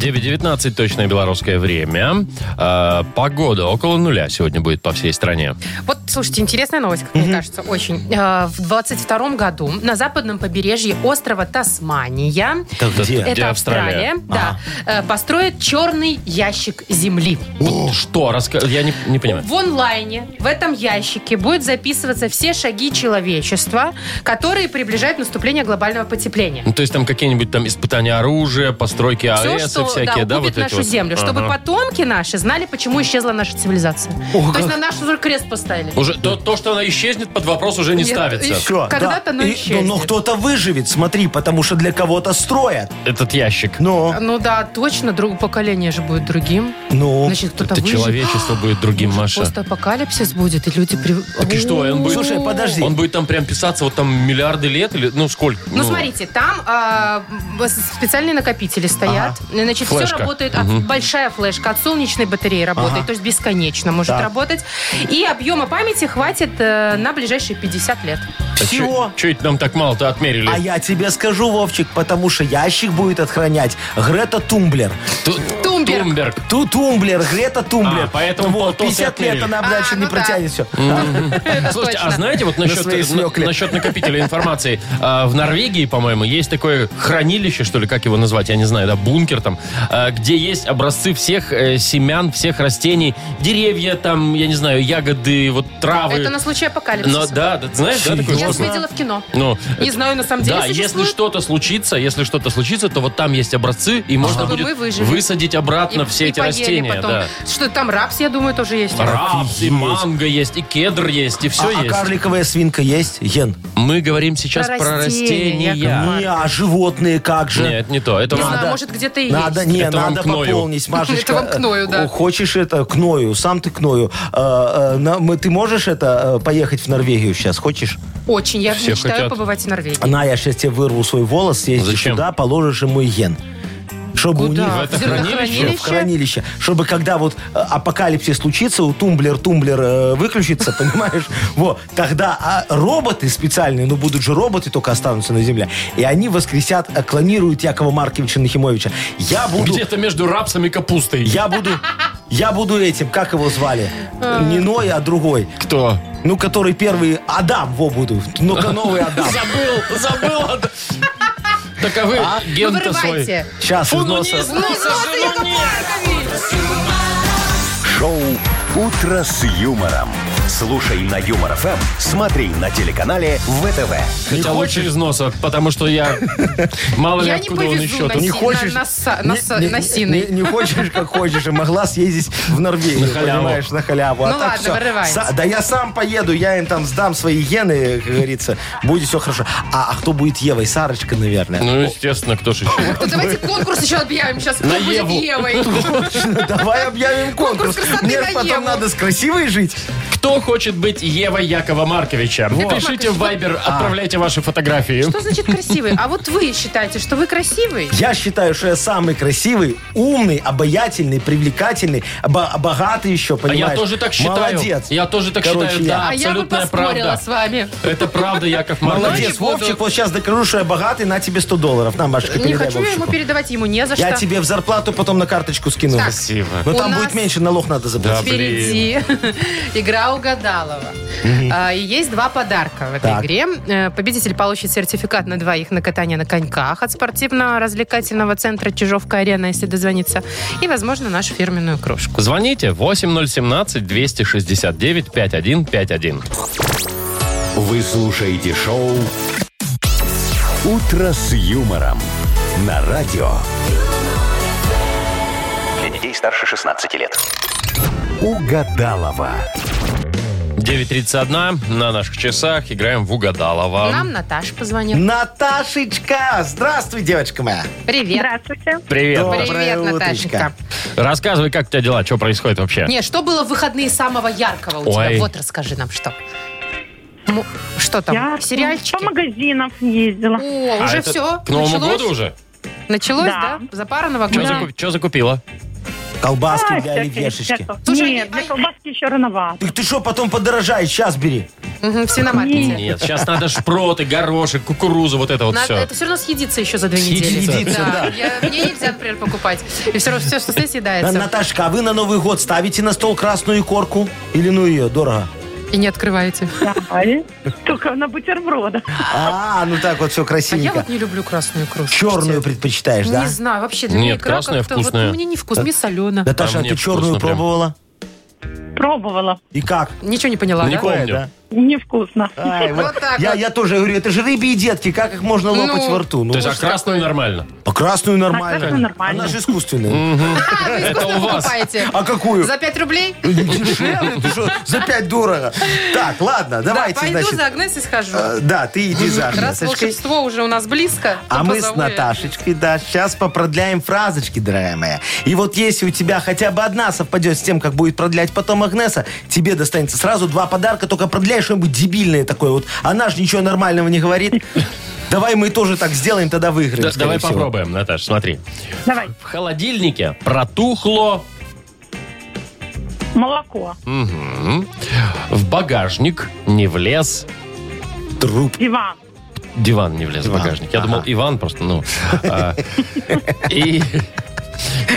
[SPEAKER 2] 9.19 точное белорусское время. А, погода около нуля сегодня будет по всей стране.
[SPEAKER 3] Вот, слушайте, интересная новость, как мне кажется, очень. Э, В 22 году на западном побережье острова Тасмания
[SPEAKER 2] Где?
[SPEAKER 3] Это Австралия, да. Э, Построят черный ящик земли.
[SPEAKER 2] Вот Что? Раска- Я не, не понимаю.
[SPEAKER 3] В онлайне в этом ящике будут записываться все шаги человечества, которые приближают наступление глобального потепления.
[SPEAKER 2] Ну, то есть там какие-нибудь там испытания оружия, постройки
[SPEAKER 3] Все,
[SPEAKER 2] АЭС
[SPEAKER 3] что
[SPEAKER 2] всякие, да,
[SPEAKER 3] да,
[SPEAKER 2] вот
[SPEAKER 3] губит
[SPEAKER 2] эти
[SPEAKER 3] нашу
[SPEAKER 2] вот?
[SPEAKER 3] землю, чтобы
[SPEAKER 2] Ага.
[SPEAKER 3] потомки наши знали, почему исчезла наша цивилизация. То есть на наш уже крест поставили.
[SPEAKER 2] Уже то, то, что она исчезнет, под вопрос уже не
[SPEAKER 3] Нет,
[SPEAKER 2] ставится.
[SPEAKER 3] и-
[SPEAKER 4] Все,
[SPEAKER 3] Когда-то, но исчезнет.
[SPEAKER 4] Но ну, кто-то выживет, смотри, потому что для кого-то строят.
[SPEAKER 2] Этот ящик.
[SPEAKER 4] Ну,
[SPEAKER 3] Ну да, точно, другое поколение же будет другим.
[SPEAKER 4] ну.
[SPEAKER 3] Значит, кто-то
[SPEAKER 2] Это
[SPEAKER 3] выживет.
[SPEAKER 2] человечество будет другим, Маша.
[SPEAKER 3] Постапокалипсис будет, и люди... При...
[SPEAKER 2] Так и что, он будет...
[SPEAKER 4] Слушай, подожди.
[SPEAKER 2] Он будет там прям писаться вот там миллиарды лет или... Ну, сколько?
[SPEAKER 3] Ну, смотрите, там а, м, с- специальные накопители стоят. Значит,
[SPEAKER 2] Флешка.
[SPEAKER 3] все работает, от- большая флешка от солнечной батареи работает, то есть бесконечно может
[SPEAKER 4] Так.
[SPEAKER 3] работать. И объема памяти хватит э, на ближайшие 50 лет.
[SPEAKER 4] Всего.
[SPEAKER 2] Че А это нам так мало-то отмерили?
[SPEAKER 4] А я тебе скажу, Вовчик, потому что ящик будет охранять Грета Тумблер.
[SPEAKER 2] Ту-
[SPEAKER 3] Тумберг.
[SPEAKER 2] Тумберг.
[SPEAKER 4] Ту Тумблер, Грета Тумблер.
[SPEAKER 2] А, поэтому
[SPEAKER 4] вот,
[SPEAKER 2] полтос и
[SPEAKER 4] 50 лет
[SPEAKER 2] отмерили.
[SPEAKER 4] она,
[SPEAKER 3] А,
[SPEAKER 4] блядь, еще
[SPEAKER 3] ну
[SPEAKER 4] не
[SPEAKER 3] да.
[SPEAKER 4] протянет все.
[SPEAKER 2] Слушайте, а
[SPEAKER 3] точно.
[SPEAKER 2] знаете, вот
[SPEAKER 4] На
[SPEAKER 2] насчет,
[SPEAKER 4] своей
[SPEAKER 2] на-
[SPEAKER 4] свекле.
[SPEAKER 2] насчет накопителя информации. а, В Норвегии, по-моему, есть такое хранилище, что ли, как его назвать, я не знаю, да, бункер там, а, где есть образцы всех э, семян, всех растений, деревья там, я не знаю, ягоды, вот травы.
[SPEAKER 3] Это на случай
[SPEAKER 2] Но,
[SPEAKER 3] апокалипсиса.
[SPEAKER 2] Ну, да, да, знаешь, да, такое
[SPEAKER 3] Я
[SPEAKER 2] штука?
[SPEAKER 3] видела в кино.
[SPEAKER 2] Ну,
[SPEAKER 3] Не
[SPEAKER 2] это-
[SPEAKER 3] знаю, на самом деле
[SPEAKER 2] Да, если
[SPEAKER 3] существует.
[SPEAKER 2] что-то случится, если что-то случится, то вот там есть образцы, и можно
[SPEAKER 3] Чтобы мы
[SPEAKER 2] будет
[SPEAKER 3] выжили.
[SPEAKER 2] высадить обратно все
[SPEAKER 3] и
[SPEAKER 2] эти
[SPEAKER 3] поели
[SPEAKER 2] растения.
[SPEAKER 3] потом.
[SPEAKER 2] Да.
[SPEAKER 3] Что там рапс, я думаю, тоже есть.
[SPEAKER 2] Рапс, и манго есть, и кедр есть, и все
[SPEAKER 4] а, а
[SPEAKER 2] есть.
[SPEAKER 4] карликовая свинка есть? Ген.
[SPEAKER 2] Мы говорим сейчас про,
[SPEAKER 3] Про растения,
[SPEAKER 2] растения.
[SPEAKER 3] Яков
[SPEAKER 4] Не, а животные как же?
[SPEAKER 2] Нет, не то. Это
[SPEAKER 3] Не
[SPEAKER 2] вам-
[SPEAKER 3] знаю,
[SPEAKER 4] Надо.
[SPEAKER 3] может, где-то и
[SPEAKER 4] Надо,
[SPEAKER 3] есть.
[SPEAKER 4] не,
[SPEAKER 2] Это вам
[SPEAKER 4] надо
[SPEAKER 2] к Ною.
[SPEAKER 4] пополнить, Машечка.
[SPEAKER 3] Это вам к Ною, да.
[SPEAKER 4] Э, Хочешь это, к Ною, сам ты к Ною. Э, э, на- мы- Ты можешь это, э, поехать в Норвегию сейчас, хочешь?
[SPEAKER 3] Очень. Я
[SPEAKER 2] Все
[SPEAKER 3] мечтаю
[SPEAKER 2] хотят.
[SPEAKER 3] побывать в Норвегии.
[SPEAKER 4] На, я сейчас тебе вырву свой волос, съездишь
[SPEAKER 2] Зачем?
[SPEAKER 4] туда, положишь ему ген. Чтобы у них
[SPEAKER 3] Куда?
[SPEAKER 2] в это
[SPEAKER 4] в хранилище, чтобы когда вот э, апокалипсис случится, у тумблер тумблер э, выключится, (laughs) понимаешь? Вот тогда а, роботы специальные, ну будут же роботы, только останутся на земле, и они воскресят, э, клонируют Якова Марковича Нахимовича. Я буду,
[SPEAKER 2] Где-то между рапсом и капустой.
[SPEAKER 4] я буду, я буду этим, как его звали, не Ной, а другой,
[SPEAKER 2] Кто?
[SPEAKER 4] ну который первый Адам, во буду, ну-ка новый Адам.
[SPEAKER 2] Забыл, забыл. Таковы
[SPEAKER 3] Ну,
[SPEAKER 2] ген-то свой.
[SPEAKER 3] вырывайте.
[SPEAKER 4] Сейчас из
[SPEAKER 2] Фу, ну
[SPEAKER 4] носа.
[SPEAKER 2] не из носа же, ну не.
[SPEAKER 1] Шоу Утро с юмором. Слушай на Юмор ФМ, смотри на телеканале ВТВ.
[SPEAKER 2] Хотя лучше из носа, потому что я... Мало ли
[SPEAKER 3] Я не
[SPEAKER 2] откуда он Ну,
[SPEAKER 3] повезу
[SPEAKER 2] еще
[SPEAKER 3] на
[SPEAKER 2] тут.
[SPEAKER 4] Не
[SPEAKER 3] Си-
[SPEAKER 4] хочешь?
[SPEAKER 3] на- на са- на
[SPEAKER 4] Не-
[SPEAKER 3] са-
[SPEAKER 4] не-
[SPEAKER 3] на синой.
[SPEAKER 4] не- не хочешь, как хочешь. И могла съездить в Норвегию,
[SPEAKER 2] На халяву.
[SPEAKER 4] понимаешь, на халяву. А
[SPEAKER 3] Ну ладно,
[SPEAKER 4] всё.
[SPEAKER 3] вырывается.
[SPEAKER 4] Са- Да я сам поеду, я им там сдам свои гены, как говорится. Будет все хорошо. А, а кто будет Евой? Сарочка, наверное.
[SPEAKER 2] Ну, естественно, кто же еще?
[SPEAKER 3] Ну, давайте конкурс еще объявим сейчас. Кто
[SPEAKER 2] На
[SPEAKER 3] будет
[SPEAKER 2] Еву.
[SPEAKER 3] Евой?
[SPEAKER 2] (laughs)
[SPEAKER 4] Давай объявим конкурс.
[SPEAKER 3] красоты
[SPEAKER 4] Мне
[SPEAKER 3] на
[SPEAKER 4] ж потом
[SPEAKER 3] Еву.
[SPEAKER 4] надо с красивой жить.
[SPEAKER 2] Кто хочет быть Евой Якова Марковича? Пишите в Viber, отправляйте ваши фотографии.
[SPEAKER 3] Что значит красивый? А вот вы считаете, что вы красивый?
[SPEAKER 4] Я считаю, что я самый красивый, умный, обаятельный, привлекательный, ба- богатый еще,
[SPEAKER 2] А
[SPEAKER 4] понимаешь?
[SPEAKER 2] я тоже так считаю.
[SPEAKER 4] Молодец.
[SPEAKER 2] Я тоже так
[SPEAKER 4] Короче,
[SPEAKER 2] считаю,
[SPEAKER 4] я.
[SPEAKER 2] да,
[SPEAKER 3] А я бы
[SPEAKER 2] абсолютная
[SPEAKER 3] поспорила
[SPEAKER 2] правда.
[SPEAKER 3] с вами.
[SPEAKER 2] Это правда, Яков
[SPEAKER 4] Молодец,
[SPEAKER 2] Маркович.
[SPEAKER 4] Вовчик, вот сейчас докажу, что я богатый, на тебе 100 долларов. На, Машечка,
[SPEAKER 3] Не
[SPEAKER 4] передай
[SPEAKER 3] хочу я ему
[SPEAKER 4] Вовчику.
[SPEAKER 3] передавать, ему не за что.
[SPEAKER 4] Я тебе в зарплату потом на карточку скину.
[SPEAKER 3] Так.
[SPEAKER 2] Спасибо.
[SPEAKER 4] Но
[SPEAKER 3] У
[SPEAKER 4] там
[SPEAKER 3] нас-
[SPEAKER 4] будет меньше, налог надо заплатить.
[SPEAKER 3] Впереди (laughs) игра угадалова. А, и есть два подарка в этой
[SPEAKER 4] Так.
[SPEAKER 3] игре. Э, Победитель получит сертификат на двоих на катание на коньках от спортивно-развлекательного центра Чижовка-Арена, если дозвонится. И, возможно, нашу фирменную кружку.
[SPEAKER 2] Звоните 8017-269-5151.
[SPEAKER 1] Вы слушаете шоу «Утро с юмором» на радио.
[SPEAKER 6] Для детей старше 16 лет.
[SPEAKER 1] Угадалова.
[SPEAKER 2] 9.31 на наших часах. Играем в Угадалова.
[SPEAKER 3] Нам Наташа позвонила.
[SPEAKER 4] Наташечка! Здравствуй, девочка моя!
[SPEAKER 3] Привет.
[SPEAKER 7] Здравствуйте.
[SPEAKER 2] Привет.
[SPEAKER 4] Доброе
[SPEAKER 3] Привет,
[SPEAKER 4] утречко.
[SPEAKER 3] Наташенька.
[SPEAKER 2] Рассказывай, как у тебя дела, что происходит вообще?
[SPEAKER 3] Не, что было в выходные самого яркого у
[SPEAKER 2] Э. Ой.
[SPEAKER 3] тебя? Вот расскажи нам, что. Ну, Что там?
[SPEAKER 7] Я
[SPEAKER 3] Сериальчики?
[SPEAKER 7] по магазинам ездила.
[SPEAKER 3] О,
[SPEAKER 2] А
[SPEAKER 3] уже
[SPEAKER 2] это
[SPEAKER 3] все.
[SPEAKER 2] К Новому году уже?
[SPEAKER 3] Началось, да?
[SPEAKER 7] Да.
[SPEAKER 3] За пара
[SPEAKER 2] Что
[SPEAKER 3] новогодних.
[SPEAKER 2] закупила?
[SPEAKER 4] Колбаски
[SPEAKER 7] А,
[SPEAKER 4] для
[SPEAKER 7] всякое,
[SPEAKER 4] оливьешечки.
[SPEAKER 7] всякое.
[SPEAKER 3] Слушай,
[SPEAKER 7] Нет,
[SPEAKER 3] а-
[SPEAKER 7] для колбаски еще рановато.
[SPEAKER 4] Так ты что, потом подорожаешь? Сейчас бери.
[SPEAKER 3] Мгм, в синомаркете.
[SPEAKER 2] Нет, сейчас надо шпроты, горошек, кукурузу, вот это вот
[SPEAKER 3] Надо-
[SPEAKER 2] все.
[SPEAKER 3] Это все равно съедится еще за две недели.
[SPEAKER 2] Съедится,
[SPEAKER 4] да.
[SPEAKER 3] Я- мне нельзя, например, покупать. И все равно все, что стоит, съедается.
[SPEAKER 4] Наташка, а вы на Новый год ставите на стол красную корку? Или ну ее, дорого?
[SPEAKER 3] И не открываете.
[SPEAKER 7] Да, и Только на бутербродах.
[SPEAKER 4] А, ну так вот
[SPEAKER 3] А
[SPEAKER 4] все
[SPEAKER 3] я вот
[SPEAKER 4] красивенько.
[SPEAKER 3] не люблю красную икру.
[SPEAKER 4] Черную предпочитаешь,
[SPEAKER 3] Не
[SPEAKER 4] да?
[SPEAKER 3] знаю, вообще для меня
[SPEAKER 2] Нет,
[SPEAKER 3] икра
[SPEAKER 2] красная
[SPEAKER 3] как-то... вот,
[SPEAKER 2] вкусная.
[SPEAKER 3] ну, мне не вкус, мне солено.
[SPEAKER 2] А
[SPEAKER 4] Наташа, а
[SPEAKER 2] мне
[SPEAKER 4] ты черную
[SPEAKER 2] вкусно прям.
[SPEAKER 4] пробовала?
[SPEAKER 7] Пробовала.
[SPEAKER 4] И как?
[SPEAKER 3] Ничего не поняла,
[SPEAKER 2] Не
[SPEAKER 3] да?
[SPEAKER 2] помню.
[SPEAKER 4] Да.
[SPEAKER 7] Невкусно.
[SPEAKER 4] Ай,
[SPEAKER 3] Вот
[SPEAKER 4] вот
[SPEAKER 3] так
[SPEAKER 4] я,
[SPEAKER 3] вот.
[SPEAKER 4] я тоже говорю, это же рыбьи детки, как их можно лопать
[SPEAKER 3] Ну.
[SPEAKER 4] во рту? Ну,
[SPEAKER 2] То есть, а
[SPEAKER 4] уж-
[SPEAKER 2] красную нормально.
[SPEAKER 4] а красную нормально.
[SPEAKER 7] А красную нормально.
[SPEAKER 4] Она же искусственная.
[SPEAKER 3] А, вы искусственно
[SPEAKER 2] у вас.
[SPEAKER 3] покупаете?
[SPEAKER 4] А какую?
[SPEAKER 3] За 5 рублей?
[SPEAKER 4] Дешевле? Ты что, за пять дорого. Так, ладно,
[SPEAKER 3] Да,
[SPEAKER 4] давайте,
[SPEAKER 3] пойду
[SPEAKER 4] значит.
[SPEAKER 3] за Агнесой схожу.
[SPEAKER 4] э, Да, ты иди за
[SPEAKER 3] Раз
[SPEAKER 4] Агнесочкой.
[SPEAKER 3] волшебство уже у нас близко, то
[SPEAKER 4] А мы с
[SPEAKER 3] позову я.
[SPEAKER 4] Наташечкой, да, сейчас попродляем фразочки, дорогая моя. И вот если у тебя хотя бы одна совпадет с тем, как будет продлять потом Агнеса, тебе достанется сразу два подарка, только продляй что-нибудь дебильное такое. Вот она же ничего нормального не говорит. Давай мы тоже так сделаем, тогда выиграем.
[SPEAKER 2] Да,
[SPEAKER 4] скорее
[SPEAKER 2] давай
[SPEAKER 4] всего.
[SPEAKER 2] попробуем, Наташ, смотри.
[SPEAKER 7] Давай.
[SPEAKER 2] В холодильнике протухло,
[SPEAKER 7] Молоко.
[SPEAKER 2] мгм, в багажник не влез,
[SPEAKER 4] Труп.
[SPEAKER 7] Диван.
[SPEAKER 2] диван не влез в багажник. Я думал, Иван просто, ну. а, И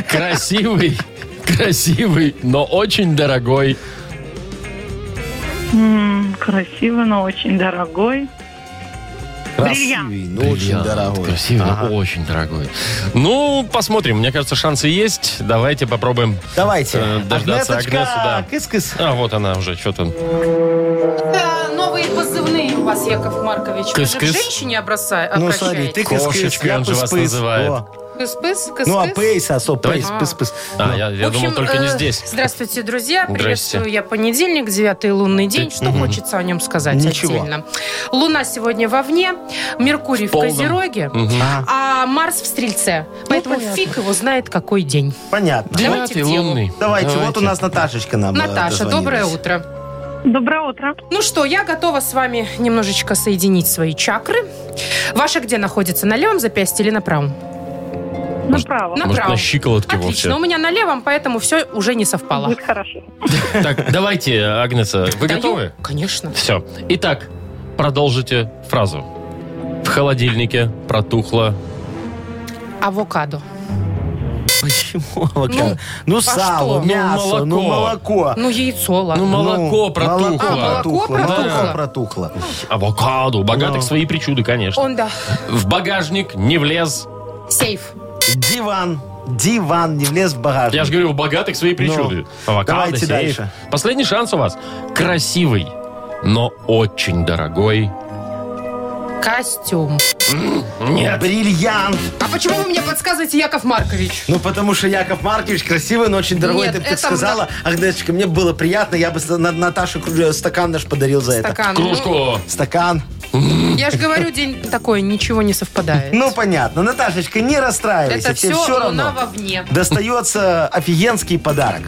[SPEAKER 2] красивый, красивый, но очень дорогой.
[SPEAKER 7] М, Красиво, но очень дорогой.
[SPEAKER 4] Красивый, но очень
[SPEAKER 2] Бриллиант,
[SPEAKER 4] дорогой.
[SPEAKER 2] Красивый, но
[SPEAKER 4] Ага.
[SPEAKER 2] очень дорогой. Ну, посмотрим. Мне кажется, шансы есть. Давайте попробуем.
[SPEAKER 4] Давайте.
[SPEAKER 2] Э, дождаться
[SPEAKER 4] Агнесочка,
[SPEAKER 2] Агнесу, да.
[SPEAKER 4] кыс-кыс.
[SPEAKER 2] А, вот она уже, что там.
[SPEAKER 3] Да, новые позывные у вас, Яков Маркович. Вы же к
[SPEAKER 2] Кыс-кыс.
[SPEAKER 3] женщине обросай-
[SPEAKER 4] Ну, смотри, ты
[SPEAKER 3] обращаетесь.
[SPEAKER 4] кыс-кыс,
[SPEAKER 2] Кошечкой
[SPEAKER 4] я
[SPEAKER 2] он же вас
[SPEAKER 4] пыс-пыс.
[SPEAKER 2] называет.
[SPEAKER 4] Во.
[SPEAKER 3] Кыс-пыс, кыс-кыс.
[SPEAKER 4] Ну, а пейс, осо, пейс, Ну.
[SPEAKER 2] Давайте.
[SPEAKER 4] пыс-пыс.
[SPEAKER 2] А, я, я
[SPEAKER 3] В общем,
[SPEAKER 2] думал, только не
[SPEAKER 3] э,
[SPEAKER 2] здесь.
[SPEAKER 3] Здравствуйте, друзья.
[SPEAKER 2] Здрасте.
[SPEAKER 3] Приветствую я понедельник, девятый лунный день. Что хочется о нем сказать
[SPEAKER 4] Ничего.
[SPEAKER 3] отдельно? Луна сегодня вовне, Меркурий в,
[SPEAKER 2] полном.
[SPEAKER 3] Козероге,
[SPEAKER 2] Мгм.
[SPEAKER 4] Ага,
[SPEAKER 3] а Марс в Стрельце.
[SPEAKER 4] Ну,
[SPEAKER 3] Поэтому фиг его знает, какой день.
[SPEAKER 4] понятно.
[SPEAKER 3] Давайте
[SPEAKER 2] Девятый
[SPEAKER 3] к делу.
[SPEAKER 2] лунный.
[SPEAKER 4] Давайте, вот у нас Наташечка нам э,
[SPEAKER 3] Наташа, доброе
[SPEAKER 4] дозвонилась.
[SPEAKER 3] утро.
[SPEAKER 7] Доброе утро.
[SPEAKER 3] Ну что, я готова с вами немножечко соединить свои чакры. Ваша где находится? На левом запястье или на правом?
[SPEAKER 7] Направо.
[SPEAKER 3] на-
[SPEAKER 2] Может,
[SPEAKER 3] направо.
[SPEAKER 2] на щиколотке
[SPEAKER 3] Отлично, у
[SPEAKER 2] вовсе.
[SPEAKER 3] меня на левом, поэтому все уже не совпало.
[SPEAKER 7] Будет хорошо.
[SPEAKER 2] Так, давайте, Агнеса, вы
[SPEAKER 3] Даю?
[SPEAKER 2] готовы?
[SPEAKER 3] Конечно.
[SPEAKER 2] Все. Итак, продолжите фразу. В холодильнике протухло.
[SPEAKER 3] Авокадо.
[SPEAKER 4] Почему авокадо? Ну,
[SPEAKER 3] что?
[SPEAKER 4] сало,
[SPEAKER 3] А Ну,
[SPEAKER 4] мясо, ну, молоко.
[SPEAKER 3] Ну, яйцо,
[SPEAKER 2] Ну,
[SPEAKER 3] ладно.
[SPEAKER 2] молоко протухло.
[SPEAKER 4] Молоко
[SPEAKER 3] А,
[SPEAKER 4] протухло.
[SPEAKER 3] молоко
[SPEAKER 4] Молоко
[SPEAKER 3] протухло.
[SPEAKER 4] протухло.
[SPEAKER 2] Авокадо. У богатых
[SPEAKER 4] Ну.
[SPEAKER 2] свои причуды, конечно.
[SPEAKER 3] Он, да,
[SPEAKER 2] В багажник не влез.
[SPEAKER 3] сейф.
[SPEAKER 4] Диван. Диван не влез в багажник.
[SPEAKER 2] Я же говорю, у богатых свои причуды. Авокадо,
[SPEAKER 4] давайте
[SPEAKER 2] сейф.
[SPEAKER 4] дальше.
[SPEAKER 2] Последний шанс у вас. Красивый, но очень дорогой.
[SPEAKER 3] Костюм.
[SPEAKER 2] Нет.
[SPEAKER 4] Бриллиант.
[SPEAKER 3] А почему вы мне подсказываете, Яков Маркович?
[SPEAKER 4] Ну, потому что Яков Маркович красивый, но очень дорогой.
[SPEAKER 3] Нет,
[SPEAKER 4] Ты бы
[SPEAKER 3] это
[SPEAKER 4] так сказала. Агнесочка, мне было приятно. Я бы с- на- Наташе кру- стакан наш подарил за это.
[SPEAKER 3] Стакан.
[SPEAKER 2] Кружку.
[SPEAKER 4] Стакан.
[SPEAKER 3] а, Ну, я же говорю, день такой, ничего не совпадает.
[SPEAKER 4] Ну, понятно. Наташечка, не расстраивайся.
[SPEAKER 3] Это
[SPEAKER 4] тебе
[SPEAKER 3] все,
[SPEAKER 4] все
[SPEAKER 3] луна
[SPEAKER 4] равно.
[SPEAKER 3] вовне.
[SPEAKER 4] Достается офигенский подарок.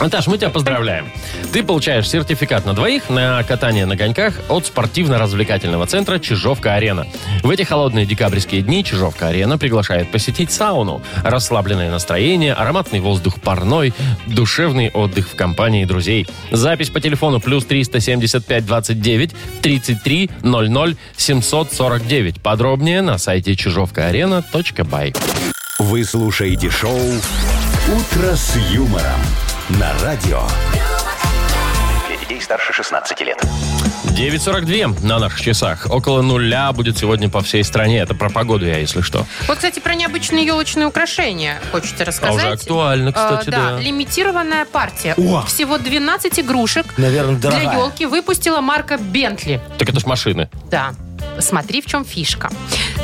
[SPEAKER 2] Наташ, мы тебя поздравляем. Ты получаешь сертификат на двоих на катание на коньках от спортивно-развлекательного центра «Чижовка-арена». В эти холодные декабрьские дни «Чижовка-арена» приглашает посетить сауну. Расслабленное настроение, ароматный воздух парной, душевный отдых в компании друзей. Запись по телефону плюс 375 29 33 00 749. Подробнее на сайте чижовкаарена.бай.
[SPEAKER 1] Вы слушаете шоу «Утро с юмором» на радио.
[SPEAKER 6] Для детей старше 16 лет.
[SPEAKER 2] 9.42 на наших часах. Около нуля будет сегодня по всей стране. Это про погоду я, если что.
[SPEAKER 3] Вот, кстати, про необычные елочные украшения
[SPEAKER 4] А
[SPEAKER 3] хочется рассказать.
[SPEAKER 2] актуально, кстати,
[SPEAKER 3] Э, да.
[SPEAKER 2] да.
[SPEAKER 3] лимитированная партия.
[SPEAKER 4] О!
[SPEAKER 3] Всего 12 игрушек
[SPEAKER 4] Наверное,
[SPEAKER 3] для
[SPEAKER 4] дорогая.
[SPEAKER 3] елки выпустила марка Бентли.
[SPEAKER 2] Так это ж машины.
[SPEAKER 3] Да. Смотри, в чем фишка.